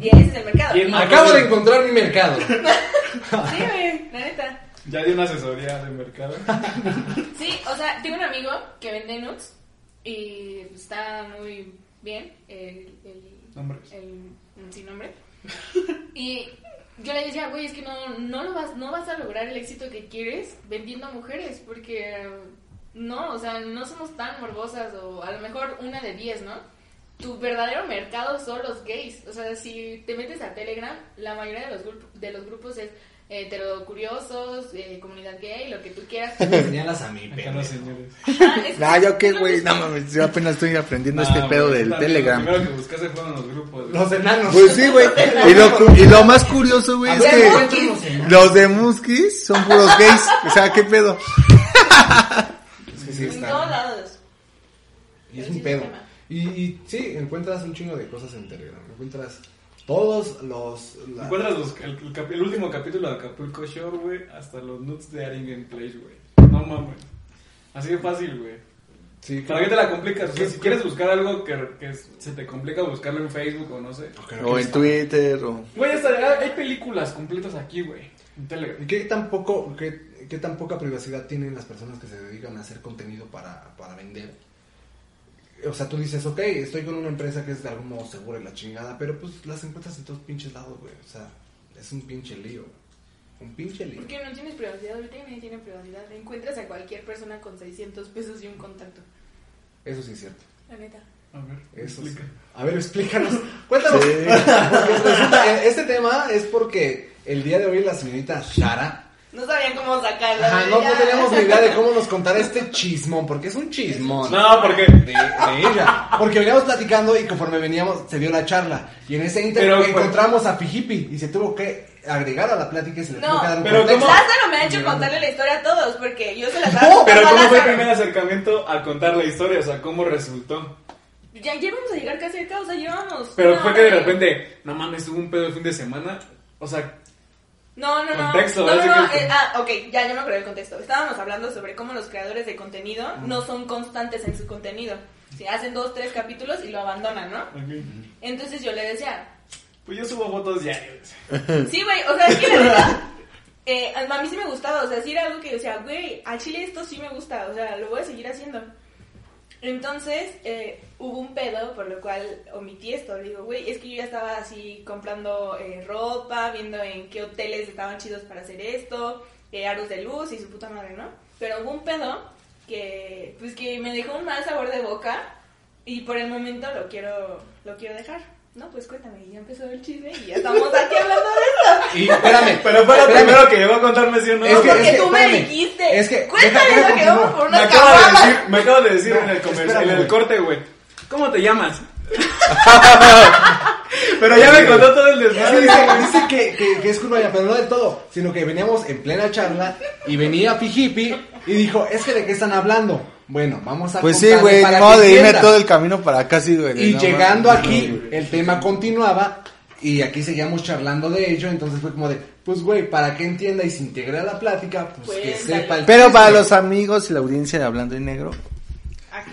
Speaker 3: Y ese es el mercado.
Speaker 1: Y el mar-
Speaker 2: Acabo de encontrar mi mercado.
Speaker 3: Sí, güey, la neta.
Speaker 1: Ya di una asesoría de mercado.
Speaker 3: Sí, o sea, tengo un amigo que vende nudes y está muy bien el, el,
Speaker 1: Nombres.
Speaker 3: el- sin nombre. Y yo le decía, güey, es que no, no lo vas, no vas a lograr el éxito que quieres vendiendo a mujeres, porque eh, no, o sea, no somos tan morbosas, o a lo mejor una de diez, ¿no? Tu verdadero mercado son los gays. O sea, si te metes a Telegram, la mayoría de los, grup- de los grupos es eh, heterocuriosos, eh, comunidad gay, lo que tú quieras.
Speaker 2: Señalas a mi
Speaker 1: Acá los señores.
Speaker 3: Ah, es-
Speaker 4: No, yo qué,
Speaker 3: no,
Speaker 4: güey,
Speaker 3: pues,
Speaker 4: no mames, yo apenas estoy aprendiendo
Speaker 1: Ah,
Speaker 4: este pedo
Speaker 1: güey,
Speaker 4: del
Speaker 1: la-
Speaker 4: Telegram.
Speaker 1: Lo primero que buscaste fueron los grupos. güey.
Speaker 2: Los enanos.
Speaker 4: Pues sí, güey. Y lo, cu- y lo más curioso, güey,
Speaker 2: A
Speaker 4: es
Speaker 2: ver,
Speaker 4: que
Speaker 2: encuentro unos enanos.
Speaker 4: los de Muskis son puros gays. O sea, qué pedo.
Speaker 2: Sí, sí,
Speaker 3: En
Speaker 2: está.
Speaker 3: todos lados.
Speaker 2: Y es un pedo. Y, y sí, encuentras un chingo de cosas en Telegram. Encuentras todos los. la-
Speaker 1: Encuentras los- el, el cap- el último capítulo de Acapulco Shore, güey, hasta los nudes de Aringen Place, güey. No mames. Así de fácil, güey.
Speaker 2: Sí,
Speaker 1: ¿Para qué te la complicas? O sea, si quieres buscar algo que, que se te complica buscarlo en Facebook o no sé.
Speaker 4: O en Twitter, o...
Speaker 1: Güey, hasta hay películas completas aquí, güey. En
Speaker 2: ¿Y
Speaker 1: Telegram.
Speaker 2: qué tan, poco, qué, qué tan poca privacidad tienen las personas que se dedican a hacer contenido para, para vender? O sea, tú dices, ok, estoy con una empresa que es de algún modo segura y la chingada, pero pues las encuentras en todos pinches lados, güey. O sea, es un pinche lío. Un pinche lío.
Speaker 3: Porque no tienes privacidad, ahorita nadie tiene privacidad. Encuentras a cualquier persona con 600 pesos y un contacto.
Speaker 2: Eso sí es cierto.
Speaker 3: La neta.
Speaker 1: A ver,
Speaker 2: Eso sí.
Speaker 1: explica.
Speaker 2: A ver, explícanos. Cuéntanos.
Speaker 4: Sí.
Speaker 2: Porque resulta- este tema es porque el día de hoy la señorita Shara
Speaker 3: No sabían cómo sacarla.
Speaker 2: Ajá, no, no
Speaker 3: Ya.
Speaker 2: teníamos ni idea de cómo nos contar este chismón, porque es un chismón.
Speaker 1: No, porque.
Speaker 2: De, de ella. Porque veníamos platicando y conforme veníamos se dio la charla. Y en ese inter
Speaker 1: Pero, pues-
Speaker 2: encontramos a Fijipi y se tuvo que agregar a la plática y se le tuvo
Speaker 3: No,
Speaker 2: que dar un
Speaker 1: pero
Speaker 2: contexto.
Speaker 1: ¿cómo?
Speaker 3: Lázaro me ha hecho contarle la historia a todos porque yo se la estaba
Speaker 2: No,
Speaker 1: Pero,
Speaker 3: contando a
Speaker 1: ¿cómo fue el
Speaker 3: Lázaro.
Speaker 1: primer acercamiento a contar la historia? O sea, ¿cómo resultó?
Speaker 3: Ya, ya íbamos a llegar casi acá, o sea, llevamos.
Speaker 1: Pero
Speaker 3: una
Speaker 1: fue
Speaker 3: hora
Speaker 1: que de
Speaker 3: y-
Speaker 1: repente, no mames, hubo un pedo el fin de semana. O sea,
Speaker 3: No, no, no.
Speaker 1: Contexto,
Speaker 3: no, no,
Speaker 1: ¿verdad?
Speaker 3: no,
Speaker 1: Así que-
Speaker 3: eh, ah, ok, ya, ya me acordé del contexto. Estábamos hablando sobre cómo los creadores de contenido no son constantes en su contenido. Si hacen dos, tres capítulos y lo abandonan, ¿no? Entonces yo le decía,
Speaker 1: pues yo subo fotos diarias.
Speaker 3: Sí, güey, o sea, es que la neta, eh, a mí sí me gustaba, o sea, sí era algo que yo decía, güey, a Chile esto sí me gusta, o sea, lo voy a seguir haciendo. Entonces, eh, hubo un pedo, por lo cual omití esto. Le digo, güey, es que yo ya estaba así comprando eh, ropa, viendo en qué hoteles estaban chidos para hacer esto, eh, aros de luz y su puta madre, ¿no? Pero hubo un pedo que, pues que me dejó un mal sabor de boca y por el momento lo quiero, lo quiero dejar. No, pues cuéntame, ya empezó el chisme y ya estamos aquí hablando de esto.
Speaker 2: Y espérame,
Speaker 1: Pero fue lo
Speaker 2: espérame.
Speaker 1: primero que llegó a contarme, ¿sí o no?
Speaker 2: Es que-
Speaker 3: Porque tú me
Speaker 2: espérame,
Speaker 3: dijiste.
Speaker 2: es que-
Speaker 3: Cuéntale
Speaker 2: déjame
Speaker 3: lo que
Speaker 2: continuar.
Speaker 3: vamos por
Speaker 1: me,
Speaker 3: una
Speaker 1: acaba de
Speaker 3: caguamas.
Speaker 1: decir, me acaba de decir
Speaker 2: No,
Speaker 1: en el comercial,
Speaker 2: espérame,
Speaker 1: en el
Speaker 2: güey.
Speaker 1: corte, güey. ¿Cómo te llamas? Pero ya me contó todo el
Speaker 2: Sí,
Speaker 1: desmadre.
Speaker 2: dice, dice que, que- que es culpa, pero no de todo, sino que veníamos en plena charla y venía Fijipi y dijo, es que de qué están hablando. Bueno, vamos a
Speaker 4: Pues sí,
Speaker 2: contarle
Speaker 4: güey,
Speaker 2: para
Speaker 4: no,
Speaker 2: que
Speaker 4: de irme
Speaker 2: entiendas.
Speaker 4: todo el camino para acá, sí, güey.
Speaker 2: Y
Speaker 4: no,
Speaker 2: llegando
Speaker 4: mames,
Speaker 2: aquí,
Speaker 4: no, güey.
Speaker 2: el tema continuaba y aquí seguíamos charlando de ello, entonces fue como de, pues güey, para que entienda y se integre a la plática, pues que
Speaker 3: Cuéntale.
Speaker 2: sepa el
Speaker 4: Pero
Speaker 2: chisme.
Speaker 4: para los amigos y la audiencia de Hablando en Negro,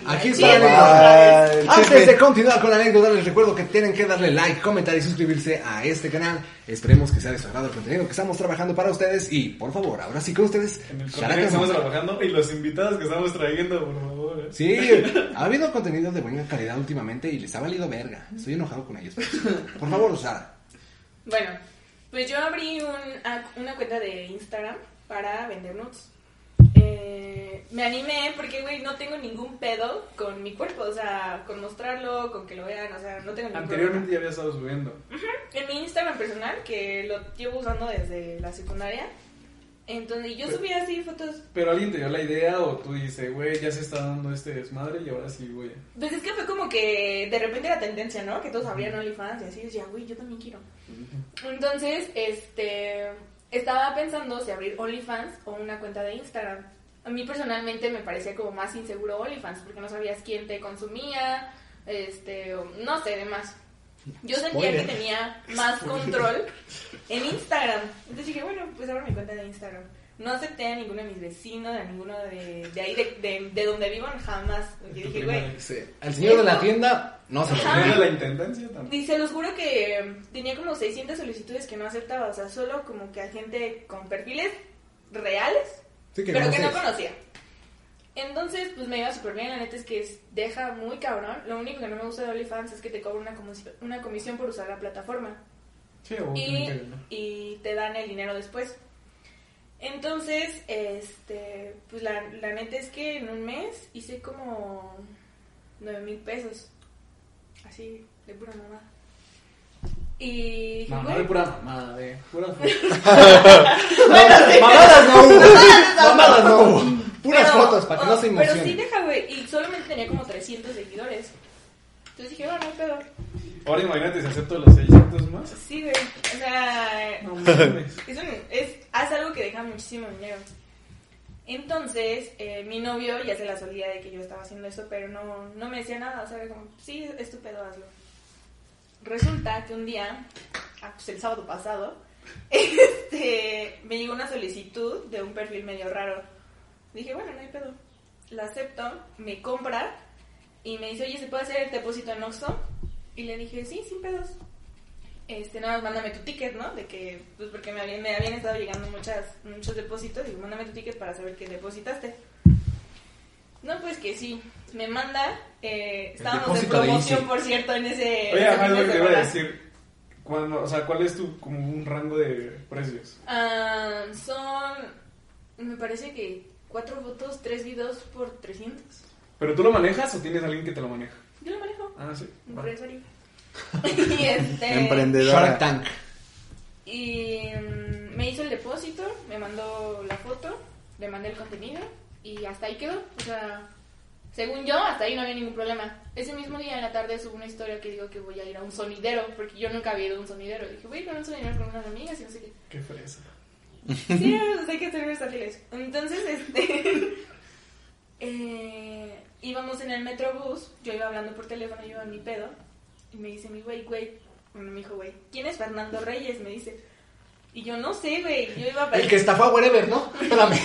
Speaker 2: Aquí
Speaker 3: sí,
Speaker 2: está la
Speaker 4: Bye,
Speaker 2: anécdota.
Speaker 4: bye, el
Speaker 2: Antes
Speaker 4: chisme.
Speaker 2: de continuar con la anécdota, les recuerdo que tienen que darle like, comentar y suscribirse a este canal. Esperemos que sea de su agrado el contenido que estamos trabajando para ustedes. Y por favor, ahora sí con ustedes,
Speaker 1: En el
Speaker 2: Shara
Speaker 1: contenido que estamos
Speaker 2: Kazan.
Speaker 1: trabajando y los invitados que estamos trayendo, por favor. eh.
Speaker 2: Sí, ha habido contenido de buena calidad últimamente y les ha valido verga. Estoy enojado con ellos. Por favor, Sara.
Speaker 3: Bueno, pues yo abrí un- a- una cuenta de Instagram para vender nudes. eh, me animé porque, güey, no tengo ningún pedo con mi cuerpo, o sea, con mostrarlo, con que lo vean, o sea, no tengo ningún
Speaker 1: Anteriormente ya había estado subiendo.
Speaker 3: problema. En mi Instagram personal, que lo llevo usando desde la secundaria, entonces yo
Speaker 2: Pues
Speaker 3: subía así fotos
Speaker 1: Pero alguien te dio la idea o tú dices, güey, ya se está dando este desmadre y ahora sí, güey.
Speaker 3: Pues es que fue como que de repente la tendencia, ¿no? Que todos abrían OnlyFans y así decía, güey, yo también quiero. Entonces, este, estaba pensando si abrir OnlyFans o una cuenta de Instagram. A mí personalmente me parecía como más inseguro OnlyFans porque no sabías quién te consumía, este, o no sé, demás. Yo sentía que
Speaker 4: Spoiler.
Speaker 3: tenía más control en Instagram. Entonces dije, bueno, pues abro mi cuenta de Instagram. No acepté a ninguno de mis vecinos, a ninguno de, de ahí, de, de- de donde vivo, jamás. Porque
Speaker 1: Tu
Speaker 3: dije,
Speaker 1: prima
Speaker 3: güey,
Speaker 1: de-
Speaker 2: Sí. Al señor de la
Speaker 3: Eso.
Speaker 2: tienda no se lo
Speaker 3: Ajá.
Speaker 1: Era
Speaker 2: cree.
Speaker 1: la intendencia también.
Speaker 3: Y se los juro que eh, tenía como 600 solicitudes que no aceptaba, o sea, solo como que a gente con perfiles reales,
Speaker 2: Sí, que
Speaker 3: pero que no
Speaker 2: conoces.
Speaker 3: conocía. Entonces, pues me iba súper bien, la neta es que es- deja muy cabrón. Lo único que no me gusta de OnlyFans es que te cobran una, comis- una comisión por usar la plataforma
Speaker 1: Sí, o
Speaker 3: y,
Speaker 1: tienen que- ¿no?
Speaker 3: y te dan el dinero después. Entonces, este, pues la, la neta es que en un mes hice como 9 mil pesos. Así, de pura mamá. Y dije,
Speaker 1: Mamá
Speaker 3: güey,
Speaker 1: de pura mamada, de pura
Speaker 2: Mamadas no hubo. Mamadas no hubo. Puras
Speaker 3: pero-
Speaker 2: fotos para que no se
Speaker 3: oh, Pero sí,
Speaker 2: emocionen.
Speaker 3: deja, güey. Y solamente tenía como 300 seguidores. Entonces dije, bueno, no hay pedo. Pues
Speaker 1: Ahora imagínate si acepto los 600 más.
Speaker 3: Sí, güey. O sea,
Speaker 1: No mames.
Speaker 3: es, un, es, haz algo que deja muchísimo dinero. Entonces, eh, mi novio ya se la solía de que yo estaba haciendo eso, pero no, no me decía nada. O sea, era como, sí, estupendo, hazlo. Resulta que un día, ah, pues el sábado pasado, este, me llegó una solicitud de un perfil medio raro. Dije, bueno, no hay pedo. La acepto, me compra y me dice, oye, ¿se puede hacer el depósito en Oxxo? Y le dije, sí, sin pedos este, nada más mándame tu ticket, ¿no? De que, pues porque me habían, me habían estado llegando muchas, muchos depósitos, digo, mándame tu ticket para saber que depositaste. No, pues que sí, me manda, eh, estábamos en
Speaker 2: depósito de
Speaker 3: promoción,
Speaker 2: Easy.
Speaker 3: por cierto, en ese...
Speaker 1: Oye,
Speaker 3: ese
Speaker 1: además
Speaker 3: fin de
Speaker 1: lo que te iba a
Speaker 3: semana.
Speaker 1: decir, cuando, o sea, ¿cuál es tu como un rango de precios?
Speaker 3: Ah, son, me parece que cuatro fotos, tres videos por 300.
Speaker 1: ¿Pero tú lo manejas o tienes a alguien que te lo maneja?
Speaker 3: Yo lo manejo,
Speaker 1: Ah, sí. Va.
Speaker 3: empresario. y este...
Speaker 2: Shark
Speaker 4: Emprendedora.
Speaker 2: Tank.
Speaker 3: Y mm, me hizo el depósito, me mandó la foto, le mandé el contenido y hasta ahí quedó. O sea, según yo, hasta ahí no había ningún problema. Ese mismo día en la tarde subo una historia que digo que voy a ir a un sonidero, porque yo nunca había ido a un sonidero. dije, voy a ir a un sonidero con unas amigas y no sé qué.
Speaker 1: Qué fresa.
Speaker 3: Sí, o sea, hay que ser versátiles. Entonces, este. eh, íbamos en el metrobús, yo iba hablando por teléfono, yo iba en mi pedo. Y me dice mi güey, güey. Bueno, me dijo, güey, ¿quién es Fernando Reyes? Me dice. Y yo no sé, güey. Yo iba para.
Speaker 2: El que estafó a Wherever, ¿no? Espérame.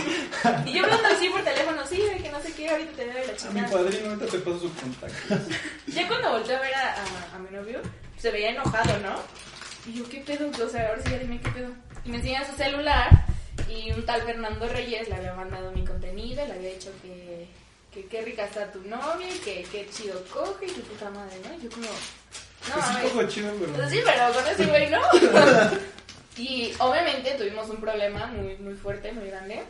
Speaker 3: Y yo hablando así por teléfono, sí, güey, que no sé qué, ahorita te veo la
Speaker 1: A mi
Speaker 3: chingada.
Speaker 1: padrino ahorita te paso su contacto.
Speaker 3: Ya cuando volteé a ver a, a- a mi novio, se veía enojado, ¿no? Y yo, ¿qué pedo? O sea, ahora sí ya dime qué pedo. Y me enseña su celular y un tal Fernando Reyes le había mandado mi contenido, le había dicho que, que qué rica está tu novia, y que qué chido coge y que puta madre, ¿no? Y yo como, no,
Speaker 1: es
Speaker 3: a
Speaker 1: un
Speaker 3: ver.
Speaker 1: poco chido, pero...
Speaker 3: Pues sí, pero con ese güey no. y obviamente tuvimos un problema muy, muy fuerte, muy grande.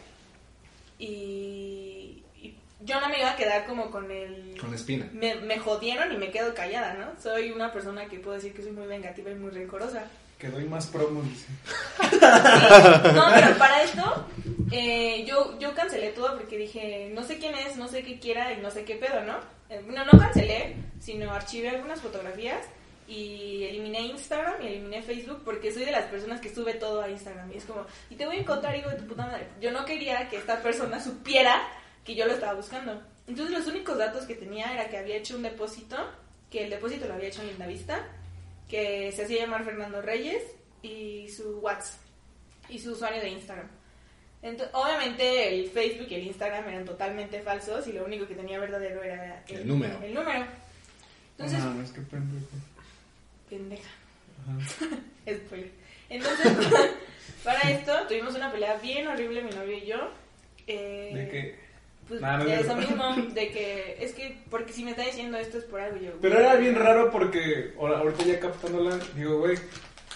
Speaker 3: Y, y yo no me iba a quedar como con el...
Speaker 2: Con la espina.
Speaker 3: Me, me jodieron y me quedo callada, ¿no? Soy una persona que puedo decir que soy muy vengativa y muy rencorosa.
Speaker 1: Que doy más promos, dice.
Speaker 3: No, pero para esto eh, yo, yo cancelé todo porque dije, no sé quién es, no sé qué quiera y no sé qué pedo, ¿no? Eh, No, no cancelé, sino archivé algunas fotografías y eliminé Instagram y eliminé Facebook porque soy de las personas que sube todo a Instagram y es como, y te voy a encontrar, hijo de tu puta madre. Yo no quería que esta persona supiera que yo lo estaba buscando. Entonces los únicos datos que tenía era que había hecho un depósito, que el depósito lo había hecho en Lindavista, que se hacía llamar Fernando Reyes y su WhatsApp y su usuario de Instagram. Ento- obviamente el Facebook y el Instagram eran totalmente falsos y lo único que tenía verdadero era
Speaker 2: El número.
Speaker 3: El número. Entonces,
Speaker 1: No, es que pendejo.
Speaker 3: pendeja.
Speaker 1: Ajá.
Speaker 3: Spoiler. Entonces, para esto tuvimos una pelea bien horrible mi novio y yo. Eh,
Speaker 1: De que...
Speaker 3: Pues
Speaker 1: Nah, no es
Speaker 3: de eso
Speaker 1: cierto.
Speaker 3: mismo, de que es que, porque si me está diciendo esto es por algo yo.
Speaker 1: Pero era bien raro porque ahora- ahorita ya captándola, digo, güey,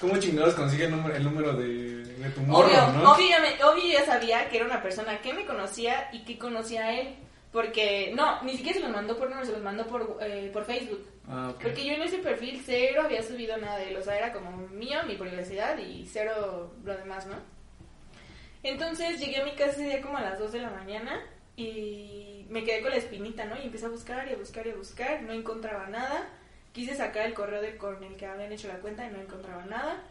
Speaker 1: ¿Cómo chingados consigue el número, el número de, de tu morro,
Speaker 3: Obvio,
Speaker 1: no?
Speaker 3: obviamente, obvio yo ya sabía que era una persona que me conocía y que conocía a él. Porque, no, ni siquiera se los mandó por número, se los mandó por, eh, por Facebook.
Speaker 1: Ah, ok.
Speaker 3: Porque yo en ese perfil cero había subido nada de él, o sea, era como mío, mi privacidad y cero lo demás, ¿no? Entonces llegué a mi casa ese día como a las 2 de la mañana y me quedé con la espinita, ¿no? Y empecé a buscar y a buscar y a buscar, no encontraba nada. Quise sacar el correo de con el que habían hecho la cuenta y no encontraba nada.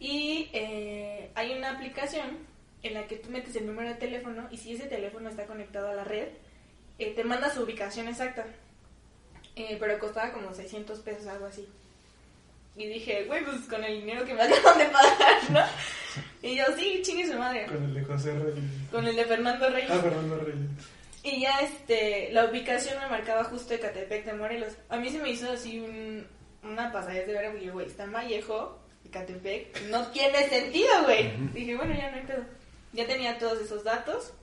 Speaker 3: Y eh, hay una aplicación en la que tú metes el número de teléfono y si ese teléfono está conectado a la red, eh, te manda su ubicación exacta. Eh, pero costaba como 600 pesos, algo así. Y dije, güey, pues con el dinero que me acaban de pagar, ¿no? Y yo, sí, chingue su madre.
Speaker 1: Con el de José Reyes.
Speaker 3: Con el de Fernando Reyes.
Speaker 1: Ah, Fernando Reyes.
Speaker 3: Y ya este, la ubicación me marcaba justo Ecatepec de Morelos. A mí se me hizo así un, una pasadez de ver, porque, güey, está en Vallejo, Ecatepec, no tiene sentido, güey. Dije, bueno, ya no hay pedo. Ya tenía todos esos datos.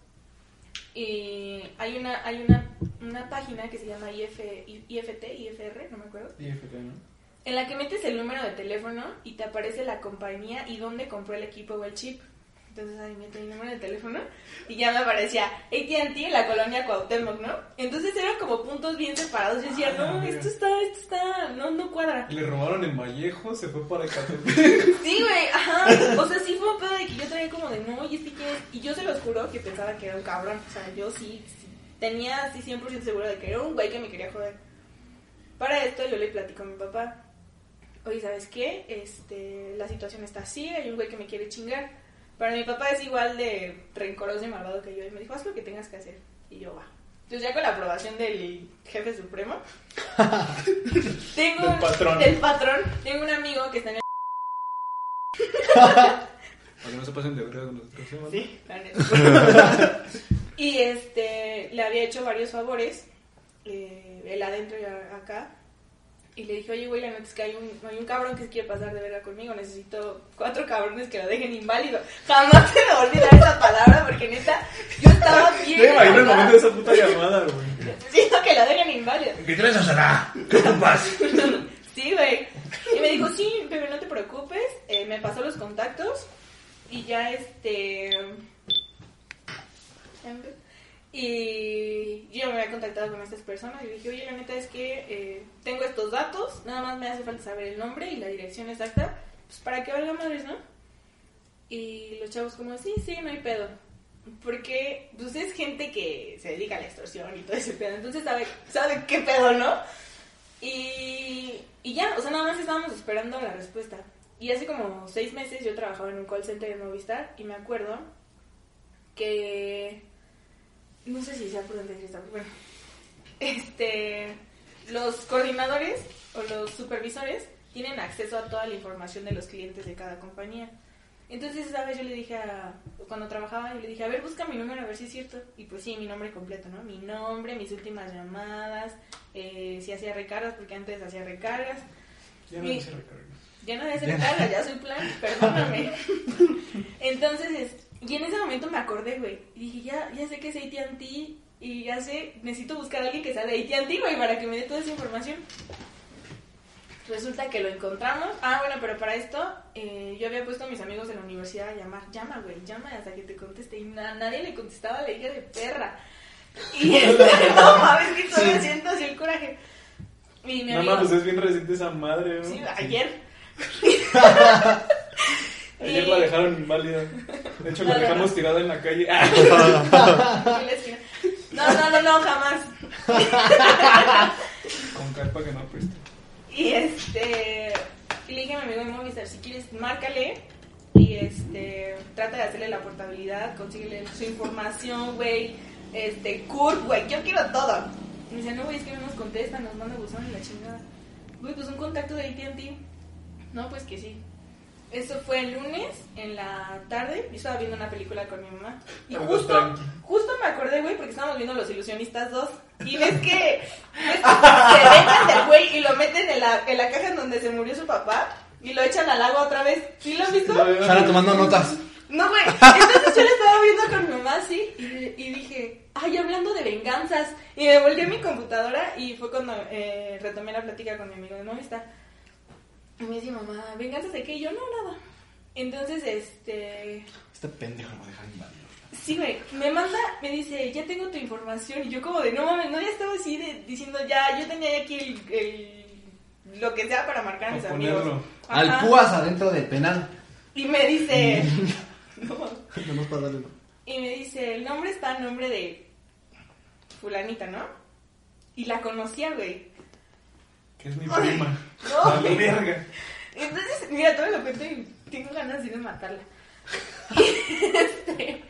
Speaker 3: Y hay una, hay una, una página que se llama IF, IFT, IFR, no me acuerdo.
Speaker 1: IFT, ¿no?
Speaker 3: En la que metes el número de teléfono y te aparece la compañía y dónde compró el equipo o el chip. Entonces ahí meto mi número de teléfono y ya me aparecía ATT en la colonia Cuauhtémoc, ¿no? Entonces eran como puntos bien separados. Yo decía,
Speaker 1: Ah,
Speaker 3: no,
Speaker 1: mira.
Speaker 3: esto está, esto está, no, no cuadra.
Speaker 1: Le robaron en Vallejo, se fue para Ecatepec.
Speaker 3: Sí, güey, ajá. O sea, sí fue un pedo de que yo traía como de no, y es que quién es. Y yo se los juro que pensaba que era un cabrón. O sea, yo sí, sí. Tenía así 100% seguro de que era un güey que me quería joder. Para esto yo le platico a mi papá. Oye, ¿sabes qué? Este, la situación está así, hay un güey que me quiere chingar. Para mi papá es igual de rencoroso y malvado que yo. Y me dijo, haz lo que tengas que hacer. Y yo, va. Entonces ya con la aprobación del jefe supremo. tengo
Speaker 1: Del
Speaker 3: un-
Speaker 1: patrón.
Speaker 3: del patrón. Tengo un amigo que está en el...
Speaker 1: Para que no se pasen de verga con nosotros. ¿sí, mano?
Speaker 3: Sí, la neta. y este, le había hecho varios favores, eh, el adentro y a- acá. Y le dije, oye, güey, la neta es que hay un, hay un cabrón que se quiere pasar de verga conmigo. Necesito cuatro cabrones que lo dejen inválido. Jamás se me va a olvidar esa palabra porque neta, yo estaba bien.
Speaker 1: Yo me imagino el
Speaker 3: enojada.
Speaker 1: momento de esa puta llamada, güey.
Speaker 3: Necesito que lo dejen inválido.
Speaker 6: ¿Qué traes a Sarah? ¿Qué ocupas?
Speaker 3: Sí, güey. Y me dijo, sí, bebé, no te preocupes. Eh, me pasó los contactos y ya este... Y yo me había contactado con estas personas y le dije, oye, la neta es que eh, tengo estos datos, nada más me hace falta saber el nombre y la dirección exacta, pues para que valga madres, ¿no? Y los chavos como, sí, sí, no hay pedo. Porque, pues es gente que se dedica a la extorsión y todo ese pedo, entonces sabe, sabe qué pedo, ¿no? Y, y ya, o sea, nada más estábamos esperando la respuesta. Y hace como seis meses yo trabajaba en un call center de Movistar y me acuerdo que... No sé si sea prudente decir esto, pero bueno. Este, los coordinadores o los supervisores tienen acceso a toda la información de los clientes de cada compañía. Entonces, esa vez yo le dije a, cuando trabajaba, yo le dije, a ver, busca mi número, a ver si es cierto. Y pues sí, mi nombre completo, ¿no? Mi nombre, mis últimas llamadas, eh, si hacía recargas, porque antes hacía recargas.
Speaker 1: Ya no
Speaker 3: Sí.
Speaker 1: hice recarga.
Speaker 3: Ya no voy a hacer recargas, ya soy plan, perdóname. Entonces, es- y en ese momento me acordé, güey. Y dije, ya, ya sé que es ATT y ya sé, necesito buscar a alguien que sea de ATT, güey, para que me dé toda esa información. Resulta que lo encontramos. Ah, bueno, pero para esto eh, yo había puesto a mis amigos de la universidad a llamar. Llama, güey, llama hasta que te conteste. Y na- nadie le contestaba, le dije de perra. Y este, no mames, que todavía siento así el coraje. Y mi
Speaker 1: No
Speaker 3: amigo-
Speaker 1: mames, es bien reciente esa madre, ¿no?
Speaker 3: Sí, ayer.
Speaker 1: Ayer
Speaker 3: Y-
Speaker 1: la dejaron inválida. De hecho, la
Speaker 3: No, no,
Speaker 1: dejamos tirada en la calle. Ah,
Speaker 3: en la esquina. No, no, no, no, jamás.
Speaker 1: Con carpa que no presta.
Speaker 3: Y este. Y le dije a mi amigo de Movistar: si quieres, márcale. Y este. Trata de hacerle la portabilidad, consíguele su información, güey. Este, CURP, güey. Yo quiero todo. Y me dice: no, güey, es que no nos contestan, nos manda buzón y la chingada. Güey, pues un contacto de ATT. No, pues que sí. Eso fue el lunes en la tarde. Yo estaba viendo una película con mi mamá. Y
Speaker 1: Algo
Speaker 3: justo,
Speaker 1: tranqui.
Speaker 3: justo me acordé, güey, porque estábamos viendo Los Ilusionistas 2. Y ves que ves que se dejan del güey y lo meten en la, en la caja en donde se murió su papá. Y lo echan al agua otra vez. ¿Sí lo has visto?
Speaker 2: Sara tomando notas.
Speaker 3: No, güey. Entonces yo la estaba viendo con mi mamá, sí. Y, y dije, ay, hablando de venganzas. Y me volví a mi computadora y fue cuando eh, retomé la plática con mi amigo de Movistar. Y me dice mi mamá, ¿venganza de qué? Y yo, no, nada. Entonces, este...
Speaker 2: Este pendejo lo dejan inválido.
Speaker 3: Sí, güey, me manda, me dice, ya tengo tu información. Y yo como de, no mames, no, ya estaba así de- diciendo, ya, yo tenía ya aquí el, el- lo que sea para marcar a mis
Speaker 1: Para
Speaker 3: amigos.
Speaker 1: ponerlo.
Speaker 3: Ajá.
Speaker 2: Al Púas adentro del penal.
Speaker 3: Y me dice, no,
Speaker 2: Nomás para darle.
Speaker 3: y me dice, el nombre está a nombre de fulanita, ¿no? Y la conocía, güey.
Speaker 1: Que es mi prima.
Speaker 3: No.
Speaker 1: A la verga.
Speaker 3: Entonces, mira, todo lo cuento y tengo ganas de ir a matarla. este,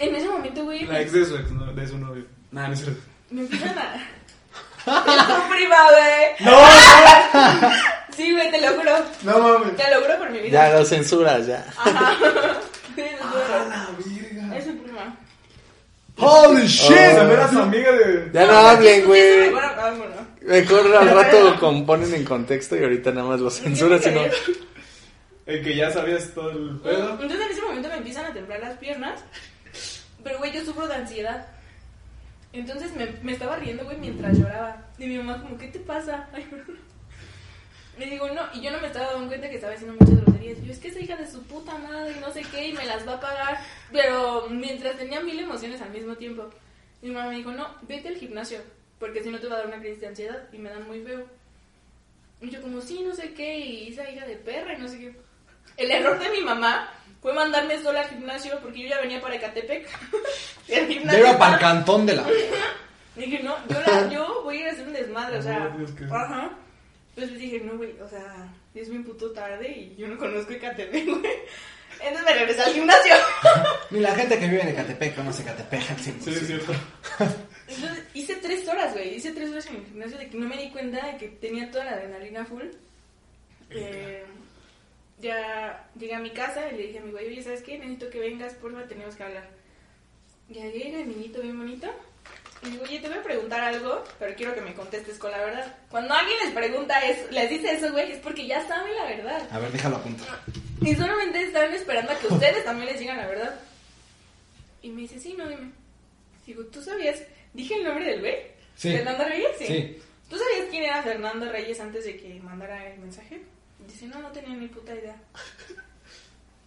Speaker 3: en ese momento, güey,
Speaker 1: La
Speaker 3: me,
Speaker 1: ex de su ex, no, de su novio. Nada, no es cierto.
Speaker 3: me empiezan a... Tu prima, güey.
Speaker 1: ¡No!
Speaker 3: ¿eh? Sí, güey, te lo juro.
Speaker 2: No mames.
Speaker 3: Te lo juro por mi vida.
Speaker 4: Ya lo censuras, ya.
Speaker 3: Ajá. Sí, te lo juro.
Speaker 1: ¡A la verga!
Speaker 3: Es su prima.
Speaker 1: Oh.
Speaker 2: Holy shit.
Speaker 1: También era su amiga de.
Speaker 4: Ya no hablen,
Speaker 3: Eso
Speaker 4: güey.
Speaker 3: me acuerdo, vámonos.
Speaker 4: Mejor al rato lo componen en contexto y ahorita nada más lo censuras y no.
Speaker 1: El que ya sabías todo el pedo.
Speaker 3: Entonces en ese momento me empiezan a temblar las piernas. Pero, güey, yo sufro de ansiedad. Entonces me, me estaba riendo, güey, mientras lloraba. Y mi mamá como, ¿qué te pasa? Ay, perdón. Le digo, no, y yo no me estaba dando cuenta que estaba haciendo muchas groserías. Yo, es que esa hija de su puta madre y no sé qué, y me las va a pagar. Pero mientras tenía mil emociones al mismo tiempo, mi mamá me dijo, no, vete al gimnasio, porque si no te va a dar una crisis de ansiedad y me dan muy feo. Y yo como, sí, no sé qué, y esa hija de perra y no sé qué. El error de mi mamá fue mandarme sola al gimnasio porque yo ya venía para Ecatepec. Y el
Speaker 2: Ya
Speaker 3: gimnasio
Speaker 2: iba
Speaker 3: estaba-
Speaker 2: para el cantón de la.
Speaker 3: Dije, no, yo, la- yo voy a ir a hacer un desmadre, o sea.
Speaker 1: No, Dios, que-
Speaker 3: Ajá. Entonces dije, no, güey, o sea, es bien puto tarde y yo no conozco Ecatepec, güey. Entonces me regresé al gimnasio.
Speaker 2: Ni la gente que vive en Ecatepec conoce Ecatepec al 100%.
Speaker 1: Sí, es cierto.
Speaker 3: Entonces hice tres horas, güey. Hice tres horas en el gimnasio de que no me di cuenta de que tenía toda la adrenalina full. Eh, ya llegué a mi casa y le dije a mi güey, oye, ¿sabes qué? Necesito que vengas, porfa, tenemos que hablar. Ya llega el niñito bien bonito. Y digo, oye, te voy a preguntar algo, pero quiero que me contestes con la verdad. Cuando alguien les pregunta eso, les dice eso, güey, es porque ya saben la verdad.
Speaker 2: A ver, déjalo apuntar.
Speaker 3: Y solamente estaban esperando a que ustedes también les digan la verdad. Y me dice, sí, no, dime. Digo, ¿tú sabías? ¿Dije el nombre del güey?
Speaker 2: Sí.
Speaker 3: ¿Fernando Reyes? Sí.
Speaker 2: Sí.
Speaker 3: ¿Tú sabías quién era Fernando Reyes antes de que mandara el mensaje? Dice, no, no tenía ni puta idea.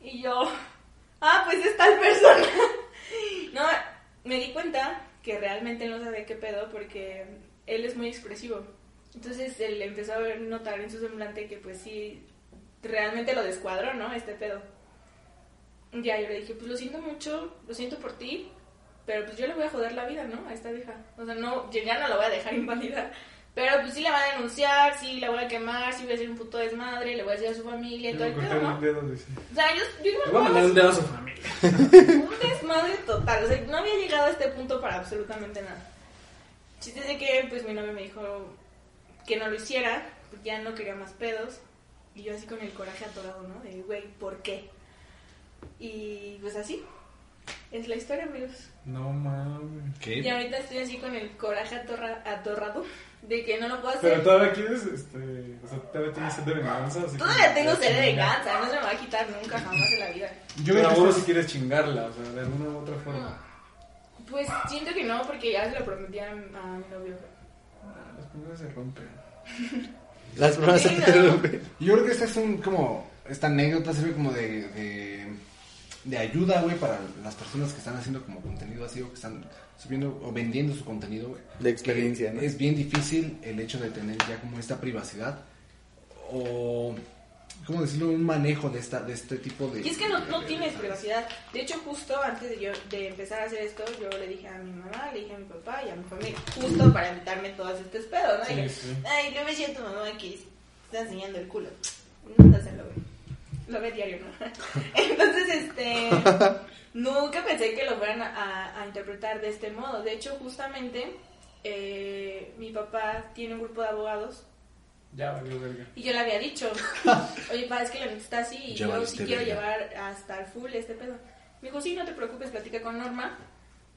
Speaker 3: Y yo, ah, pues es tal persona. No, me di cuenta que realmente no sabía qué pedo porque él es muy expresivo. Entonces él empezó a ver- notar en su semblante que pues sí, realmente lo descuadró, ¿no? Este pedo. Ya, yo le dije, pues lo siento mucho, lo siento por ti, pero pues yo le voy a joder la vida, ¿no? A esta vieja. O sea, no, yo ya no la voy a dejar inválida. Pero pues sí la va a denunciar, sí la voy a quemar, sí voy a hacer un puto desmadre, le voy a decir a su familia y todo
Speaker 1: Me
Speaker 3: el
Speaker 1: corté
Speaker 3: pedo, ¿no?
Speaker 1: los dedos, dice.
Speaker 3: O sea, yo, yo iba
Speaker 5: Le voy a mandar un dedo a su familia.
Speaker 3: un desmadre total. O sea, no había llegado a este punto para absolutamente nada. Chiste de que, pues, mi novio me dijo que no lo hiciera, porque ya no quería más pedos. Y yo así con el coraje atorado, ¿no? De, güey, ¿por qué? Y, pues, así. Es la historia, amigos.
Speaker 1: No mames.
Speaker 3: Y
Speaker 2: ¿Qué?
Speaker 3: ahorita estoy así con el coraje atorra- atorrado de que no lo puedo hacer.
Speaker 1: Pero todavía quieres, este. O sea, todavía tienes sed de venganza. así que-
Speaker 3: Todavía tengo sed de venganza, no se me va a quitar nunca jamás de la vida.
Speaker 1: Yo me
Speaker 2: Yo creo que
Speaker 1: aburro
Speaker 2: estás-
Speaker 1: si quieres chingarla, o sea, de alguna u otra forma.
Speaker 3: Pues siento que no, porque ya se lo prometí a, a mi novio.
Speaker 1: Ah, Las primeras se rompen.
Speaker 4: Las bromas se
Speaker 3: Sí, no.
Speaker 4: interrumpen.
Speaker 2: Yo creo que esta es un como esta anécdota sirve como de, de, de ayuda, güey, para las personas que están haciendo como contenido así o que están subiendo o vendiendo su contenido, güey.
Speaker 4: De experiencia, ¿no?
Speaker 2: Es bien difícil el hecho de tener ya como esta privacidad o cómo decirlo, un manejo de esta de este tipo de
Speaker 3: Y es que no,
Speaker 2: de-
Speaker 3: no
Speaker 2: de-
Speaker 3: tienes
Speaker 2: de-
Speaker 3: privacidad. De hecho, justo antes de yo de empezar a hacer esto, yo le dije a mi mamá, le dije a mi papá y a mi familia, justo para evitarme todas estos pedos, ¿no?
Speaker 1: Sí,
Speaker 3: Y le-
Speaker 1: sí.
Speaker 3: Ay, yo me siento mamá que está enseñando el culo. No te lo güey. Lo ve diario, ¿no? Entonces, este. Nunca pensé que lo fueran a, a- a interpretar de este modo. De hecho, justamente, eh, mi papá tiene un grupo de abogados
Speaker 1: Ya valió verga.
Speaker 3: y yo le había dicho, oye, pa, es que la neta está así y
Speaker 2: Ya
Speaker 3: yo sí
Speaker 2: valiste
Speaker 3: quiero
Speaker 2: verga.
Speaker 3: llevar hasta el full este pedo. Me dijo, sí, no te preocupes, platica con Norma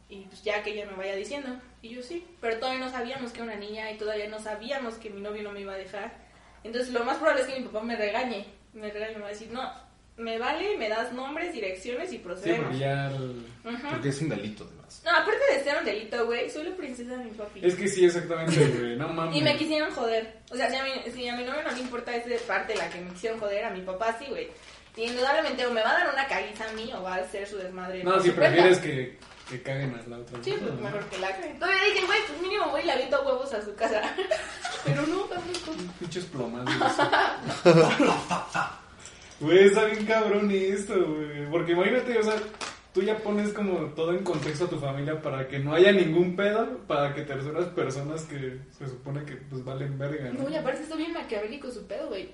Speaker 3: y pues ya que ella me vaya diciendo. Y yo sí, pero todavía no sabíamos que era una niña y todavía no sabíamos que mi novio no me iba a dejar. Entonces lo más probable es que mi papá me regañe. Me regañe y me va a decir, no, me vale, me das nombres, direcciones y
Speaker 1: Sí,
Speaker 3: procedemos.
Speaker 1: porque ya. el-
Speaker 3: Ajá.
Speaker 2: Porque es un delito, además.
Speaker 3: No, aparte de ser un delito, güey, soy la princesa de mi papi.
Speaker 1: Es que sí, exactamente, güey. No mames.
Speaker 3: Y me quisieron joder. O sea, si a, mi, si a mi novio no le importa esa parte la que me quisieron joder, a mi papá sí, güey. Y indudablemente o me va a dar una caguiza a mí o va a ser su desmadre.
Speaker 1: No,
Speaker 3: por
Speaker 1: si
Speaker 3: su cuenta.
Speaker 1: prefieres que, que caguen a la otra.
Speaker 3: Sí, pues
Speaker 1: persona,
Speaker 3: mejor que la caguen. Todavía dije, güey, pues mínimo voy y le aviento huevos a su casa. Pero no, tampoco.
Speaker 1: ¿no? Pinches plomas. güey. Güey, está bien cabrón esto, güey. Porque imagínate, o sea, tú ya pones como todo en contexto a tu familia para que no haya ningún pedo, para que terceras personas que se supone que pues valen verga, ¿no?
Speaker 3: No, y aparte está bien maquiavélico su pedo, güey.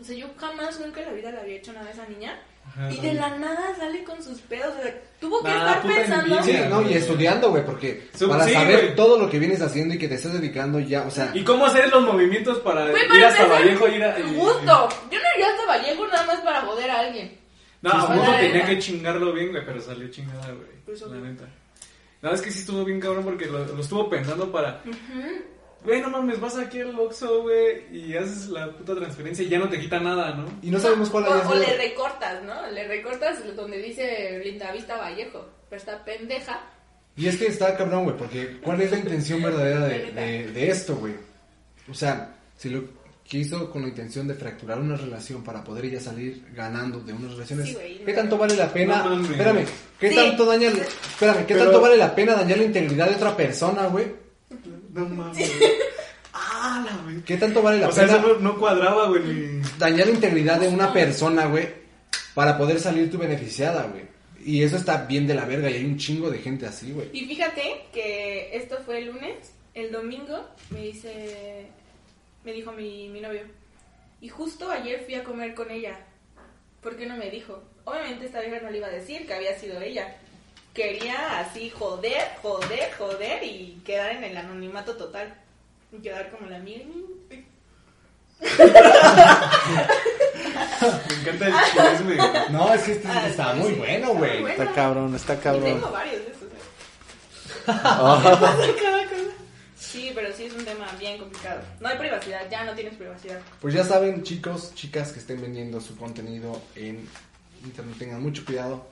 Speaker 3: O sea, yo jamás, nunca en la vida le había hecho nada a esa niña.
Speaker 1: Ajá,
Speaker 3: y
Speaker 1: vale.
Speaker 3: de la nada sale con sus pedos. O sea, tuvo que
Speaker 1: Ah, Nah,
Speaker 3: estar
Speaker 1: puta
Speaker 3: pensando.
Speaker 1: envidia.
Speaker 2: Sí, no, y estudiando, güey, porque
Speaker 1: Su-
Speaker 2: para
Speaker 1: sí,
Speaker 2: saber
Speaker 1: güey.
Speaker 2: todo lo que vienes haciendo y que te estás dedicando ya, o sea,
Speaker 1: ¿Y cómo hacer los movimientos para
Speaker 3: Güey,
Speaker 1: ir
Speaker 3: para
Speaker 1: hasta
Speaker 3: empezar,
Speaker 1: Vallejo? Ir a, y-
Speaker 3: Justo. Yo no iría hasta Vallejo nada más para joder a alguien.
Speaker 1: No, a
Speaker 3: Pues,
Speaker 1: Budo
Speaker 3: la
Speaker 1: tenía
Speaker 3: neta.
Speaker 1: que chingarlo bien, güey, pero salió chingada, güey.
Speaker 3: Pues,
Speaker 1: la
Speaker 3: obvio.
Speaker 1: neta. No, es que sí estuvo bien cabrón porque lo, lo estuvo pensando para. Güey, no mames, vas aquí al Oxxo, güey, y haces la puta transferencia y ya no te quita nada, ¿no?
Speaker 2: y no sabemos cuál haya
Speaker 3: o, o
Speaker 2: sido.
Speaker 3: le recortas, ¿no? Le recortas donde dice Linda Vista Vallejo. Pero está pendeja.
Speaker 2: Y es que está cabrón, güey, porque ¿cuál es la intención verdadera de, de- de esto, güey? O sea, si lo que hizo con la intención de fracturar una relación para poder ella salir ganando de unas relaciones,
Speaker 3: Sí, güey, no.
Speaker 2: ¿qué tanto vale la pena?
Speaker 1: No mames.
Speaker 2: espérame, ¿qué
Speaker 3: Sí.
Speaker 2: tanto daña, el- espérame, ¿qué
Speaker 1: Pero-
Speaker 2: tanto vale la pena dañar la integridad de otra persona, güey?
Speaker 1: No mames. ah, la güey.
Speaker 2: ¿Qué tanto vale la
Speaker 1: O sea,
Speaker 2: pena
Speaker 1: eso no, no cuadraba, güey. ni-
Speaker 2: dañar la integridad de una persona, güey, para poder salir tú beneficiada, güey? Y eso está bien de la verga y hay un chingo de gente así, güey.
Speaker 3: Y fíjate que esto fue el lunes, el domingo me dice, me dijo mi, mi novio, y justo ayer fui a comer con ella, ¿por qué no me dijo? Obviamente esta vieja no le iba a decir que había sido ella, quería así joder, joder, joder y quedar en el anonimato total, y quedar como la mía.
Speaker 1: Me encanta el chisme. güey.
Speaker 2: No, es que este-
Speaker 3: Ah,
Speaker 2: está
Speaker 3: sí, Ah,
Speaker 2: muy
Speaker 3: sí.
Speaker 2: bueno, güey.
Speaker 3: Bueno.
Speaker 4: Está cabrón, está
Speaker 3: Y tengo
Speaker 4: cabrón.
Speaker 3: varios de esos. ¿eh?
Speaker 4: Ah,
Speaker 3: Cada cosa. Sí, pero sí es un tema bien complicado. No hay privacidad, ya no tienes privacidad.
Speaker 2: Pues ya saben, chicos, chicas que estén vendiendo su contenido en internet, tengan mucho cuidado,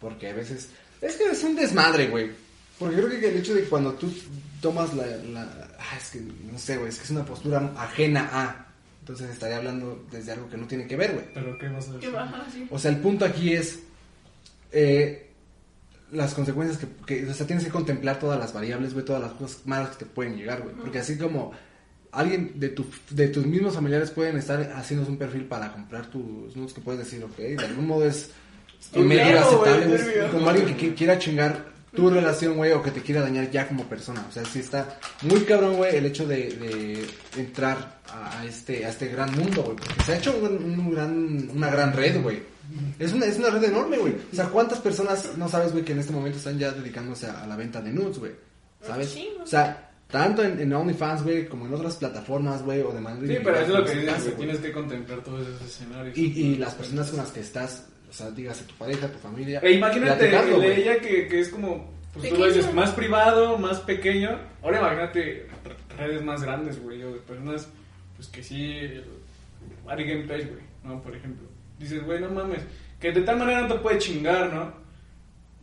Speaker 2: porque a veces es que es un desmadre, güey. Porque creo que el hecho de que cuando tú tomas la, la- ah, es que no sé, güey, es que es una postura ajena a, entonces estaría hablando desde algo que no tiene que ver, güey.
Speaker 1: Pero qué vas a
Speaker 3: Qué
Speaker 1: decir.
Speaker 3: baja, sí.
Speaker 2: O sea, el punto aquí es eh, las consecuencias que, que- o sea, tienes que contemplar todas las variables, güey, todas las cosas malas que te pueden llegar, güey. Porque así como alguien de, tu, de tus mismos familiares pueden estar haciéndose un perfil para comprar tus nudes que puedes decir, ok, de algún modo es
Speaker 1: Tu
Speaker 2: medio
Speaker 1: miedo,
Speaker 2: aceptable,
Speaker 1: güey,
Speaker 2: es
Speaker 1: nervio.
Speaker 2: como alguien que qui- quiera chingar tu relación, güey, o que te quiera dañar ya como persona. O sea, sí está muy cabrón, güey, el hecho de, de entrar a a este, a este gran mundo, güey. Porque se ha hecho un, un gran, una gran red, güey. Es una, es una red enorme, güey. O sea, ¿cuántas personas no sabes, güey, que en este momento están ya dedicándose a, a la venta de nudes, güey? ¿Sabes?
Speaker 3: Sí, güey.
Speaker 2: O sea, tanto en, en OnlyFans, güey, como en otras plataformas, güey, o de manera...
Speaker 1: Sí, pero
Speaker 2: individual,
Speaker 1: eso es lo
Speaker 2: como
Speaker 1: que
Speaker 2: se
Speaker 1: dices,
Speaker 2: hace,
Speaker 1: güey,
Speaker 2: güey.
Speaker 1: Tienes que contemplar todos esos escenarios.
Speaker 2: Y, y las personas con las que estás, o sea, dígase tu pareja, tu familia.
Speaker 1: E imagínate
Speaker 2: platicarlo,
Speaker 1: el de
Speaker 2: güey.
Speaker 1: ella que, que es como, pues tú lo
Speaker 3: Pequeño.
Speaker 1: dices, más privado, más pequeño. Ahora imagínate re- redes más grandes, güey, o de personas, pues que sí, el- Ari Gameplays, güey, ¿no? Por ejemplo. Dices, güey, no mames, que de tal manera no te puede chingar, ¿no?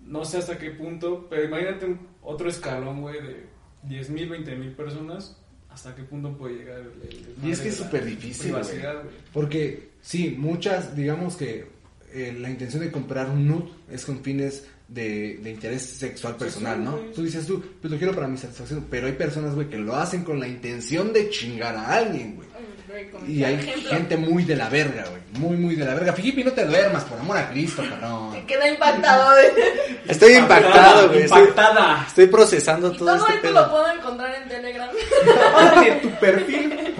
Speaker 1: No sé hasta qué punto, pero imagínate un- otro escalón, güey, de 10 mil, 20 mil personas. ¿Hasta qué punto puede llegar el, el- el-
Speaker 2: Y es que es
Speaker 1: la
Speaker 2: súper difícil,
Speaker 1: privacidad,
Speaker 2: güey.
Speaker 1: güey?
Speaker 2: Porque, sí, muchas, digamos que eh, la intención de comprar un nude es con fines de, de interés sexual personal, ¿no?
Speaker 1: güey.
Speaker 2: Tú dices tú, pues lo quiero para mi satisfacción, pero hay personas, güey, que lo hacen con la intención de chingar a alguien, güey. Y hay
Speaker 3: Ejemplo.
Speaker 2: gente muy de la verga, güey. Muy, muy de la verga. Fijipi, no te duermas, por amor a Cristo,
Speaker 3: Se
Speaker 2: cabrón.
Speaker 3: queda impactado. ¿eh?
Speaker 4: Estoy impactado, güey. Estoy,
Speaker 1: Impactada.
Speaker 4: estoy procesando
Speaker 3: Y
Speaker 4: todo
Speaker 3: todo
Speaker 4: este
Speaker 3: esto lo
Speaker 4: pedo.
Speaker 3: puedo encontrar en Telegram.
Speaker 1: de tu perfil.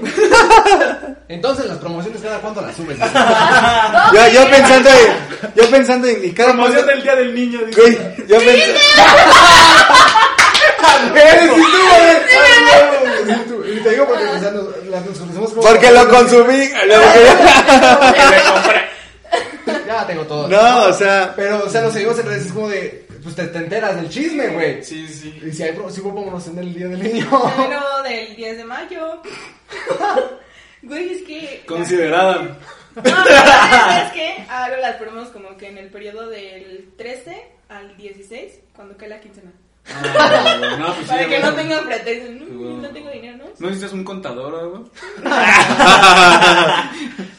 Speaker 2: Entonces, las promociones cada cuánto las subes.
Speaker 4: Yo, yo pensando en, yo pensando en, y cada
Speaker 1: Promoción
Speaker 4: cosa-
Speaker 1: del Día del Niño, dice.
Speaker 4: Güey, yo pensé. Eres tú, güey.
Speaker 2: Y te digo porque, o sea, nos, las- nos conocemos como...
Speaker 4: Porque lo consumí.
Speaker 2: Ya tengo todo.
Speaker 4: No, o sea,
Speaker 2: Pero, o sea, los seguimos en redes, es como de, pues te, te enteras del chisme, güey.
Speaker 1: Sí, sí.
Speaker 2: Y si hay pro- si hubo promoción del día del niño.
Speaker 3: Pero del 10 de mayo. Güey, es que.
Speaker 1: Considerada.
Speaker 3: No, la verdad es que ahora las promos estamos como que en el periodo del 13 al 16, cuando cae la quincena.
Speaker 1: Ah, güey, no, pues sí,
Speaker 3: Para que
Speaker 1: güey.
Speaker 3: no tengan pretexto, no,
Speaker 1: Bueno.
Speaker 3: no tengo dinero, ¿no?
Speaker 1: ¿No necesitas un contador o algo?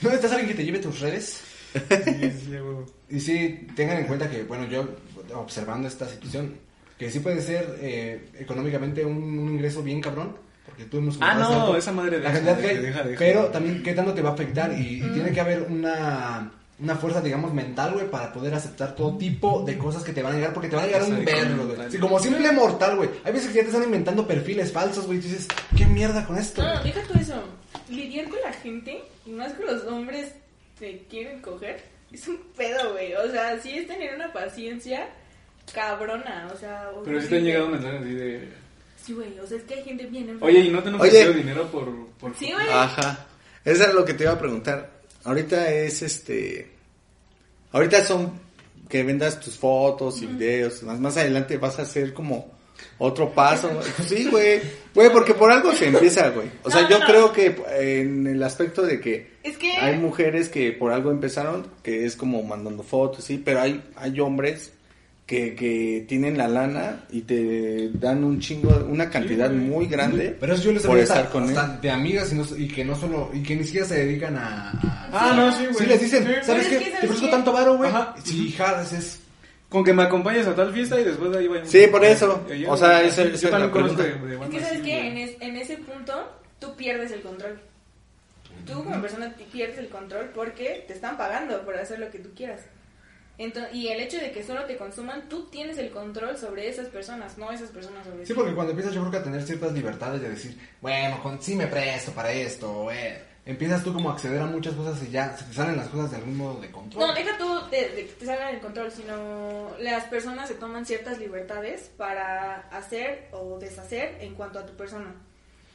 Speaker 2: ¿No necesitas alguien que te lleve tus redes?
Speaker 1: Sí, sí, güey.
Speaker 2: Y sí, tengan en cuenta que, bueno, yo observando esta situación, que sí puede ser eh, económicamente un, un ingreso bien cabrón. Porque tú hemos
Speaker 1: Ah,
Speaker 2: contado
Speaker 1: no,
Speaker 2: tanto
Speaker 1: esa madre
Speaker 2: la
Speaker 1: deja,
Speaker 2: cantidad que
Speaker 1: deja,
Speaker 2: hay,
Speaker 1: deja, Mm. deja.
Speaker 2: Pero también, ¿qué tanto te va a afectar? Y, y tiene que haber una, una fuerza, digamos, mental, güey, para poder aceptar todo tipo de cosas que te van a llegar. Porque te van a llegar
Speaker 1: Esa
Speaker 2: un
Speaker 1: de
Speaker 2: verbo,
Speaker 1: comentario.
Speaker 2: güey. Sí, como simple mortal, güey. Hay veces que ya te están inventando perfiles falsos, güey. Y tú dices, ¿qué mierda con esto?
Speaker 3: No,
Speaker 2: güey?"
Speaker 3: Ah, deja todo eso. Lidiar con la gente, y más que los hombres te quieren coger, es un pedo, güey. O sea, sí es tener una paciencia cabrona, o sea...
Speaker 1: Pero sí
Speaker 3: obviamente.
Speaker 1: te han llegado mensajes así de...
Speaker 3: Sí, güey, o sea, es que hay gente bien enferma.
Speaker 1: Oye, ¿y no te Ah, han
Speaker 4: Oye.
Speaker 1: ofrecido dinero por...? por
Speaker 3: Sí, güey.
Speaker 4: Ajá. Eso es lo que te iba a preguntar. Ahorita es este. Ahorita son que vendas tus fotos y videos. Más, más adelante vas a hacer como otro paso. güey. Sí, güey. Güey, porque por algo se empieza, güey. O sea,
Speaker 3: No,
Speaker 4: yo
Speaker 3: no,
Speaker 4: creo que eh, en el aspecto de que.
Speaker 3: Es que-
Speaker 4: Hay mujeres que por algo empezaron, que es como mandando fotos, sí, pero hay, hay hombres que, que tienen la lana y te dan un chingo, una cantidad muy grande
Speaker 2: Pero eso yo les
Speaker 4: por
Speaker 2: sabía hasta-
Speaker 4: estar con él.
Speaker 2: hasta de amigas y, no- y que no solo, y que ni siquiera se dedican a... a-
Speaker 1: Ah, no, sí, güey.
Speaker 2: Sí, les dicen,
Speaker 1: Sí, güey.
Speaker 2: ¿sabes
Speaker 3: es
Speaker 2: qué?
Speaker 3: que, ¿sabes
Speaker 2: Te ofrezco
Speaker 3: qué?
Speaker 2: tanto varo, güey.
Speaker 1: Ajá.
Speaker 2: Sí, jalas, es...
Speaker 1: Con que me acompañes a tal fiesta y después de ahí vayamos. Eh,
Speaker 4: Sí, por eso.
Speaker 1: Yo- yo-
Speaker 4: O sea, esa-
Speaker 1: yo
Speaker 4: esa es
Speaker 1: también
Speaker 4: la
Speaker 1: conozco de,
Speaker 4: pregunta.
Speaker 1: de
Speaker 3: Es
Speaker 1: banda
Speaker 3: que sabes
Speaker 1: así,
Speaker 3: que
Speaker 1: güey.
Speaker 3: en, es- en ese punto tú pierdes el control. Tú como persona te pierdes el control porque te están pagando por hacer lo que tú quieras. Entonces, y el hecho de que solo te consuman, tú tienes el control sobre esas personas, no esas personas sobre
Speaker 2: Sí,
Speaker 3: ti.
Speaker 2: porque cuando empiezas yo creo que a tener ciertas libertades de decir, bueno, con, sí me presto para esto, güey. Empiezas tú como a acceder a muchas cosas y ya se te salen las cosas de algún modo de control.
Speaker 3: No, deja tú de, de que te salgan el control, sino las personas se toman ciertas libertades para hacer o deshacer en cuanto a tu persona.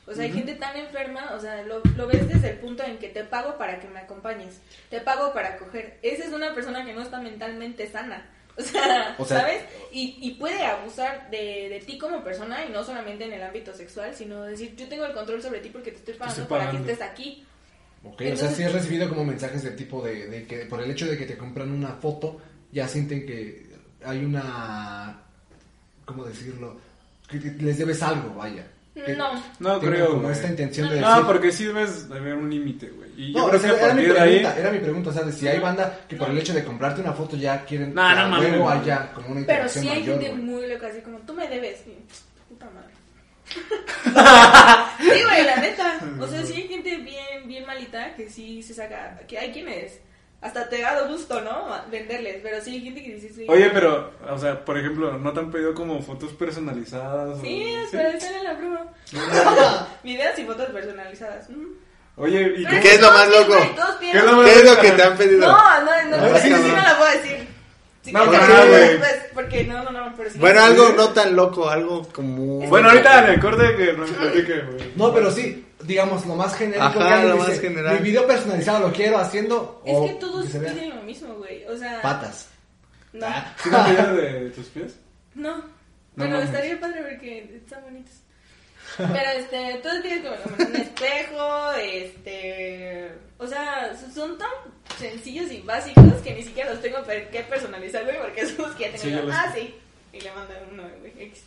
Speaker 3: O sea, hay gente tan enferma, o sea, lo, lo ves desde el punto en que te pago para que me acompañes, te pago para coger. Esa es una persona que no está mentalmente sana. O sea,
Speaker 2: O sea-
Speaker 3: ¿sabes? Y, y puede abusar de, de ti como persona y no solamente en el ámbito sexual, sino decir, yo tengo el control sobre ti porque te estoy pagando, para
Speaker 1: pagando.
Speaker 3: que estés aquí.
Speaker 2: Ok, o sea, sí he recibido como mensajes de tipo de, de que por el hecho de que te compran una foto, ya sienten que hay una... ¿Cómo decirlo? Que te- les debes algo, vaya. Que-
Speaker 3: No.
Speaker 1: No
Speaker 2: Tengo
Speaker 1: creo,
Speaker 2: como
Speaker 1: güey.
Speaker 2: esta intención de
Speaker 1: Ah,
Speaker 2: decir-
Speaker 1: porque sí debes de haber un límite, güey. Y yo
Speaker 2: No,
Speaker 1: creo
Speaker 2: o sea,
Speaker 1: que a
Speaker 2: era mi
Speaker 1: partir de
Speaker 2: pregunta,
Speaker 1: ahí...
Speaker 2: era mi pregunta, o sea, de si hay banda que por el hecho de comprarte una foto ya quieren
Speaker 1: No, no
Speaker 2: que a
Speaker 1: mames,
Speaker 2: huevo
Speaker 1: no.
Speaker 2: haya como una
Speaker 3: Pero
Speaker 2: interacción
Speaker 3: sí hay
Speaker 2: mayor,
Speaker 3: gente
Speaker 2: güey.
Speaker 3: muy loca, así como, tú me debes. Y, puta madre. sí, güey, la neta. O sea, sí hay gente bien, bien malita que sí se saca. Que hay quienes. Hasta te ha dado gusto, ¿no? A- Venderles. Pero sí hay gente que dice, sí.
Speaker 1: Oye, pero, o sea, por ejemplo, ¿no te han pedido como fotos personalizadas? o-
Speaker 3: Sí, pero están en la broma. Videos y fotos personalizadas. Mm.
Speaker 1: Oye, ¿y
Speaker 3: Pero
Speaker 1: cómo-
Speaker 4: ¿Qué es lo
Speaker 3: todos
Speaker 4: más
Speaker 3: tienen,
Speaker 4: loco?
Speaker 3: güey, todos
Speaker 1: ¿Qué es
Speaker 3: tienen.
Speaker 1: lo más-
Speaker 4: ¿Qué es lo que te han pedido?
Speaker 3: No, no, no, no,
Speaker 4: Ah,
Speaker 3: sí, sí,
Speaker 4: cabrón.
Speaker 3: no la puedo decir. Sí,
Speaker 1: No,
Speaker 3: que-
Speaker 1: pero
Speaker 3: sí,
Speaker 1: nada, güey.
Speaker 3: pues, porque no, no, no, pero sí.
Speaker 4: Bueno, algo no tan loco, algo como...
Speaker 1: Bueno, ahorita en el corte que nos platique, güey.
Speaker 2: No, pero sí, digamos, lo más genérico
Speaker 4: Ajá,
Speaker 2: que alguien
Speaker 4: lo más
Speaker 2: dice,
Speaker 4: general.
Speaker 2: Mi video personalizado lo quiero haciendo
Speaker 3: Es
Speaker 2: o
Speaker 3: que todos
Speaker 2: se vea
Speaker 3: piden lo mismo, güey. O sea.
Speaker 2: patas.
Speaker 3: No.
Speaker 2: Ah.
Speaker 1: ¿Sí te han pedido de, de tus pies?
Speaker 3: No. Bueno,
Speaker 1: mames.
Speaker 3: estaría padre porque están bonitos. Pero este, todos tienen como como un espejo, este. O sea, son- son tan sencillos y básicos que ni siquiera los tengo per- que personalizar, güey, porque son los que ya
Speaker 1: Sí,
Speaker 3: tengo.
Speaker 1: ya los-
Speaker 3: ah, sí. Y le mandan uno, güey, X.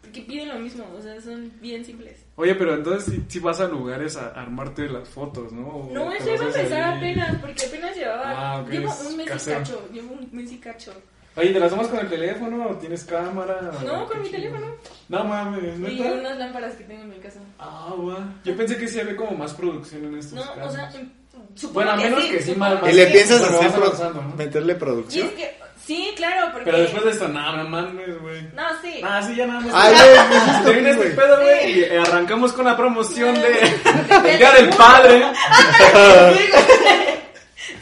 Speaker 3: Porque piden lo mismo, o sea, son bien simples.
Speaker 1: Oye, pero entonces sí, sí vas a lugares a armarte las fotos, ¿no? O
Speaker 3: No,
Speaker 1: Oh, te
Speaker 3: eso iba a
Speaker 1: vas hacer
Speaker 3: empezar
Speaker 1: ahí.
Speaker 3: apenas, porque apenas llevaba.
Speaker 1: Ah, ok,
Speaker 3: llevo
Speaker 1: es
Speaker 3: un mes
Speaker 1: casero.
Speaker 3: y cacho, llevo un mes y cacho.
Speaker 1: Oye, ¿te las tomas con el teléfono o tienes cámara?
Speaker 3: No,
Speaker 1: Ah,
Speaker 3: con
Speaker 1: ¿Qué
Speaker 3: mi
Speaker 1: chido?
Speaker 3: teléfono.
Speaker 1: No mames,
Speaker 3: Y
Speaker 1: ¿neta?
Speaker 3: unas lámparas que tengo en mi casa.
Speaker 1: Ah, va. Yo pensé que sí había como más producción en estos
Speaker 3: No, o
Speaker 1: casos.
Speaker 3: sea, em, supongo
Speaker 1: Bueno, a menos que sí,
Speaker 3: supongo
Speaker 1: mal-
Speaker 4: ¿Y le
Speaker 1: Sí,
Speaker 4: piensas
Speaker 1: pero
Speaker 4: hacer
Speaker 1: vas
Speaker 4: pro-
Speaker 1: avanzando, ¿no?
Speaker 4: meterle
Speaker 3: Y es
Speaker 4: producción?
Speaker 3: que, sí, claro, porque...
Speaker 1: Pero después de esto, no, no mames, güey.
Speaker 3: No, sí.
Speaker 1: Ah, sí, ya nada más.
Speaker 4: Ay, güey, ¿qué es esto,
Speaker 1: Termina este
Speaker 4: güey?
Speaker 1: pedo, güey, y eh, arrancamos con la promoción de el Día del Padre.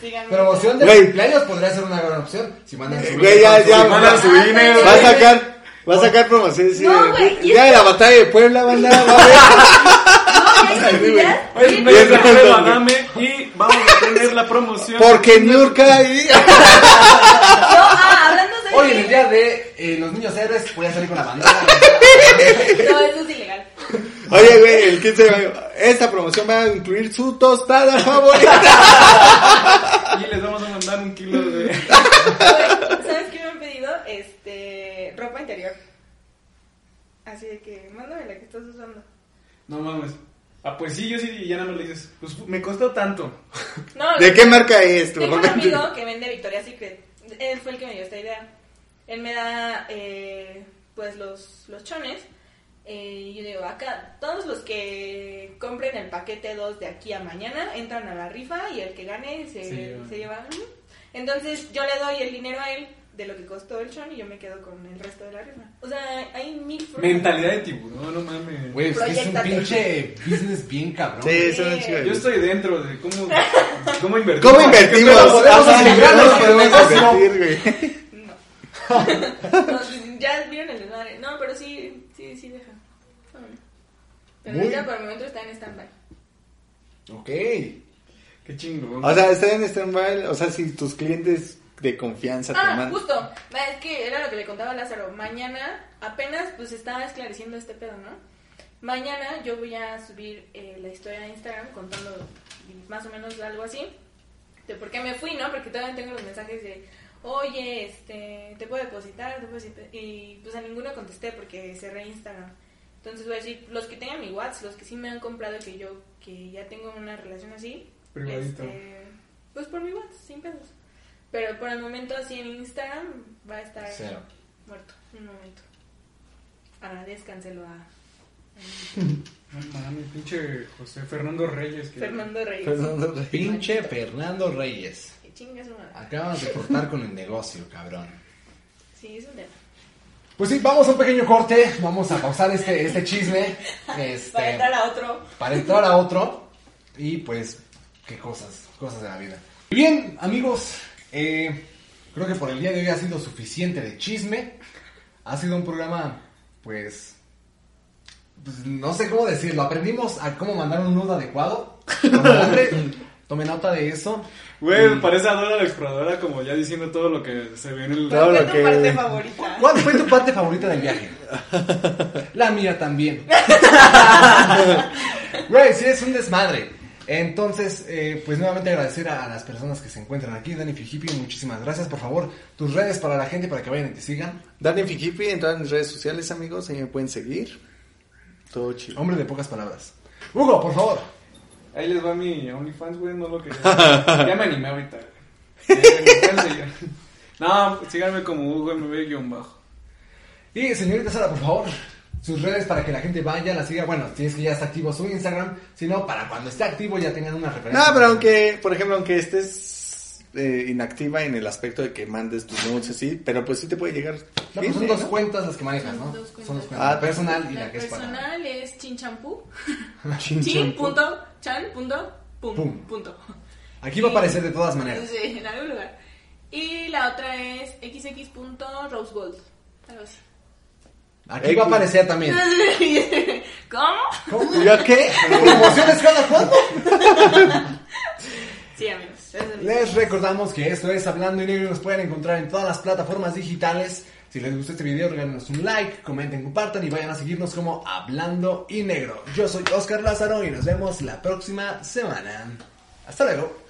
Speaker 3: Díganme.
Speaker 2: Promoción de
Speaker 4: Güey. Eh,
Speaker 2: cumpleaños podría ser una gran opción si mandan su
Speaker 4: Güey, ya, ya,
Speaker 1: Manda
Speaker 4: va-
Speaker 1: su INE,
Speaker 4: va a
Speaker 1: güey.
Speaker 4: sacar... Va a sacar promoción, sí.
Speaker 3: No, güey, y
Speaker 4: ya de
Speaker 3: es-
Speaker 4: la batalla de Puebla, banda, va a ver.
Speaker 1: Hoy es
Speaker 3: Oye,
Speaker 1: un día de
Speaker 4: Bien,
Speaker 1: Alfredo
Speaker 4: güey.
Speaker 1: Adame y vamos a tener la promoción.
Speaker 4: Porque Nurka y...
Speaker 3: No, ah, hablando de...
Speaker 2: Hoy en el día de eh, los niños héroes voy a salir con la banda.
Speaker 3: No, eso es ilegal.
Speaker 4: Oye, güey, el 15 de mayo. Esta promoción va a incluir su tostada favorita.
Speaker 1: Y les vamos a mandar un kilo de.
Speaker 3: Güey, ¿Sabes qué me han pedido? Este, ropa interior. Así de que, mándame la que estás usando.
Speaker 1: No mames. Ah, pues sí, yo sí, y ya nada más le dices, pues me costó tanto.
Speaker 3: No,
Speaker 4: ¿De qué marca es tu
Speaker 3: Tengo un
Speaker 4: ropa interior?
Speaker 3: amigo que vende Victoria's Secret. Él fue el que me dio esta idea. Él me da, eh, pues, los, los chones. Eh, y yo digo, acá, todos los que compren el paquete 2 de aquí a mañana entran a la rifa y el que gane se,
Speaker 1: Sí, bueno.
Speaker 3: se lleva. uno". Entonces, yo le doy el dinero a él de lo que costó el chon y yo me quedo con el resto de la rifa. O sea, hay mil formas.
Speaker 1: Mentalidad de tiburón, no mames.
Speaker 2: Güey, es que es un
Speaker 3: Proyéctate.
Speaker 2: pinche business bien cabrón.
Speaker 4: Sí,
Speaker 2: güey.
Speaker 4: eso no es chido.
Speaker 1: Yo estoy dentro de cómo, cómo invertir.
Speaker 4: ¿Cómo invertimos?
Speaker 2: Pero podemos
Speaker 4: Ajá,
Speaker 2: asegurar
Speaker 4: no
Speaker 2: nuestro
Speaker 4: podemos
Speaker 2: negocio.
Speaker 4: invertir, güey.
Speaker 3: No. No, sí, ya vieron el desmadre. No, pero sí, sí, sí deja. Pero
Speaker 2: Muy-
Speaker 3: ahorita por el momento está en stand-by.
Speaker 2: Ok.
Speaker 1: Qué chingón.
Speaker 4: O sea, está en stand-by, o sea, si tus clientes de confianza te
Speaker 3: Ah,
Speaker 4: mandan.
Speaker 3: justo. Va, Es que era lo que le contaba a Lázaro. Mañana apenas pues estaba esclareciendo este pedo, ¿no? Mañana yo voy a subir eh, la historia de Instagram contando más o menos algo así. De por qué me fui, ¿no? Porque todavía tengo los mensajes de, oye, este, te puedo depositar, te puedo depositar?" Y pues a ninguno contesté porque cerré Instagram. Entonces voy a decir, los que tengan mi WhatsApp, los que sí me han comprado, que yo, que ya tengo una relación así,
Speaker 1: Privadito.
Speaker 3: este, pues por mi WhatsApp, sin pedos. Pero por el momento, así en Instagram va a estar
Speaker 2: Cero.
Speaker 3: muerto. Un momento. Ahora descanselo a
Speaker 1: No mames, pinche José Fernando Reyes. Que...
Speaker 3: Fernando Reyes.
Speaker 4: Fernando Reyes.
Speaker 2: Pinche Fernando Reyes.
Speaker 3: Que chingas una.
Speaker 2: Acabas de cortar con el negocio, cabrón.
Speaker 3: Sí, es un tema.
Speaker 2: Pues sí, vamos a un pequeño corte. Vamos a pausar este, este chisme.
Speaker 3: Para
Speaker 2: Este,
Speaker 3: entrar a otro.
Speaker 2: para entrar a otro. Y pues, qué cosas, cosas de la vida. Y Bien, amigos, eh, creo que por el día de hoy ha sido suficiente de chisme. Ha sido un programa, pues, pues, no sé cómo decirlo. Aprendimos a cómo mandar un nudo adecuado. Como hombre, tome nota de eso.
Speaker 1: Güey, parece a Dora la exploradora como ya diciendo todo lo que se ve en el.
Speaker 4: Todo
Speaker 3: ¿Cuál
Speaker 4: lo
Speaker 3: fue tu
Speaker 4: que-
Speaker 3: parte favorita?
Speaker 2: ¿Cuál fue tu parte favorita del viaje? La mía también. Güey, sí, es un desmadre. Entonces, eh, pues nuevamente agradecer a, a las personas que se encuentran aquí. Dani Fijipi, muchísimas gracias. Por favor, tus redes para la gente para que vayan y te sigan.
Speaker 4: Dani Fijipi, en todas mis redes sociales, amigos, ahí me pueden seguir. Todo chido.
Speaker 2: Hombre de pocas palabras. Hugo, por favor.
Speaker 1: Ahí les va mi OnlyFans, güey, no lo quería. ya me animé ahorita. güey. Ya me pueden seguir. No, síganme como Hugo MB guión bajo.
Speaker 2: Y señorita Sara, por favor, sus redes para que la gente vaya, la siga. Bueno, si es que ya está activo su Instagram, si no, para cuando esté activo ya tengan una
Speaker 4: No,
Speaker 2: referencia.
Speaker 4: pero aunque, por ejemplo, aunque estés eh, inactiva en el aspecto de que mandes tus notes así, pero pues sí te puede llegar.
Speaker 2: No, pues son
Speaker 4: Sí,
Speaker 2: dos
Speaker 4: ¿no?
Speaker 2: cuentas las que manejas, ¿no?
Speaker 3: Son dos cuentas.
Speaker 2: Son dos cuentas. la
Speaker 4: Ah,
Speaker 2: personal y la,
Speaker 3: La
Speaker 2: que es para...
Speaker 3: personal es chinchampú.
Speaker 4: Chin,
Speaker 3: Chin,
Speaker 4: chin, pum.
Speaker 3: punto, chan, punto, pum,
Speaker 2: Pum.
Speaker 3: punto.
Speaker 2: Aquí va a aparecer de todas maneras.
Speaker 3: Sí, en algún lugar. Y la otra es xx.rosegold. Algo así.
Speaker 2: Aquí va a aparecer también.
Speaker 3: ¿Cómo?
Speaker 2: ¿Y yo qué? ¿Promociones cada cuándo?
Speaker 3: Sí, amigos. eso es-
Speaker 2: Les recordamos que esto es Hablando y Negro. Nos pueden encontrar en todas las plataformas digitales. Si les gustó este video, regálenos un like, comenten, compartan y vayan a seguirnos como Hablando y Negro. Yo soy Oscar Lázaro y nos vemos la próxima semana. Hasta luego.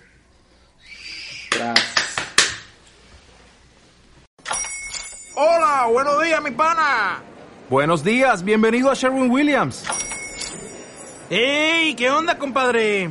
Speaker 4: Tras.
Speaker 7: Hola, buenos días, mi pana. Buenos días, bienvenido a Sherwin Williams. ¡Ey! ¿Qué onda, compadre?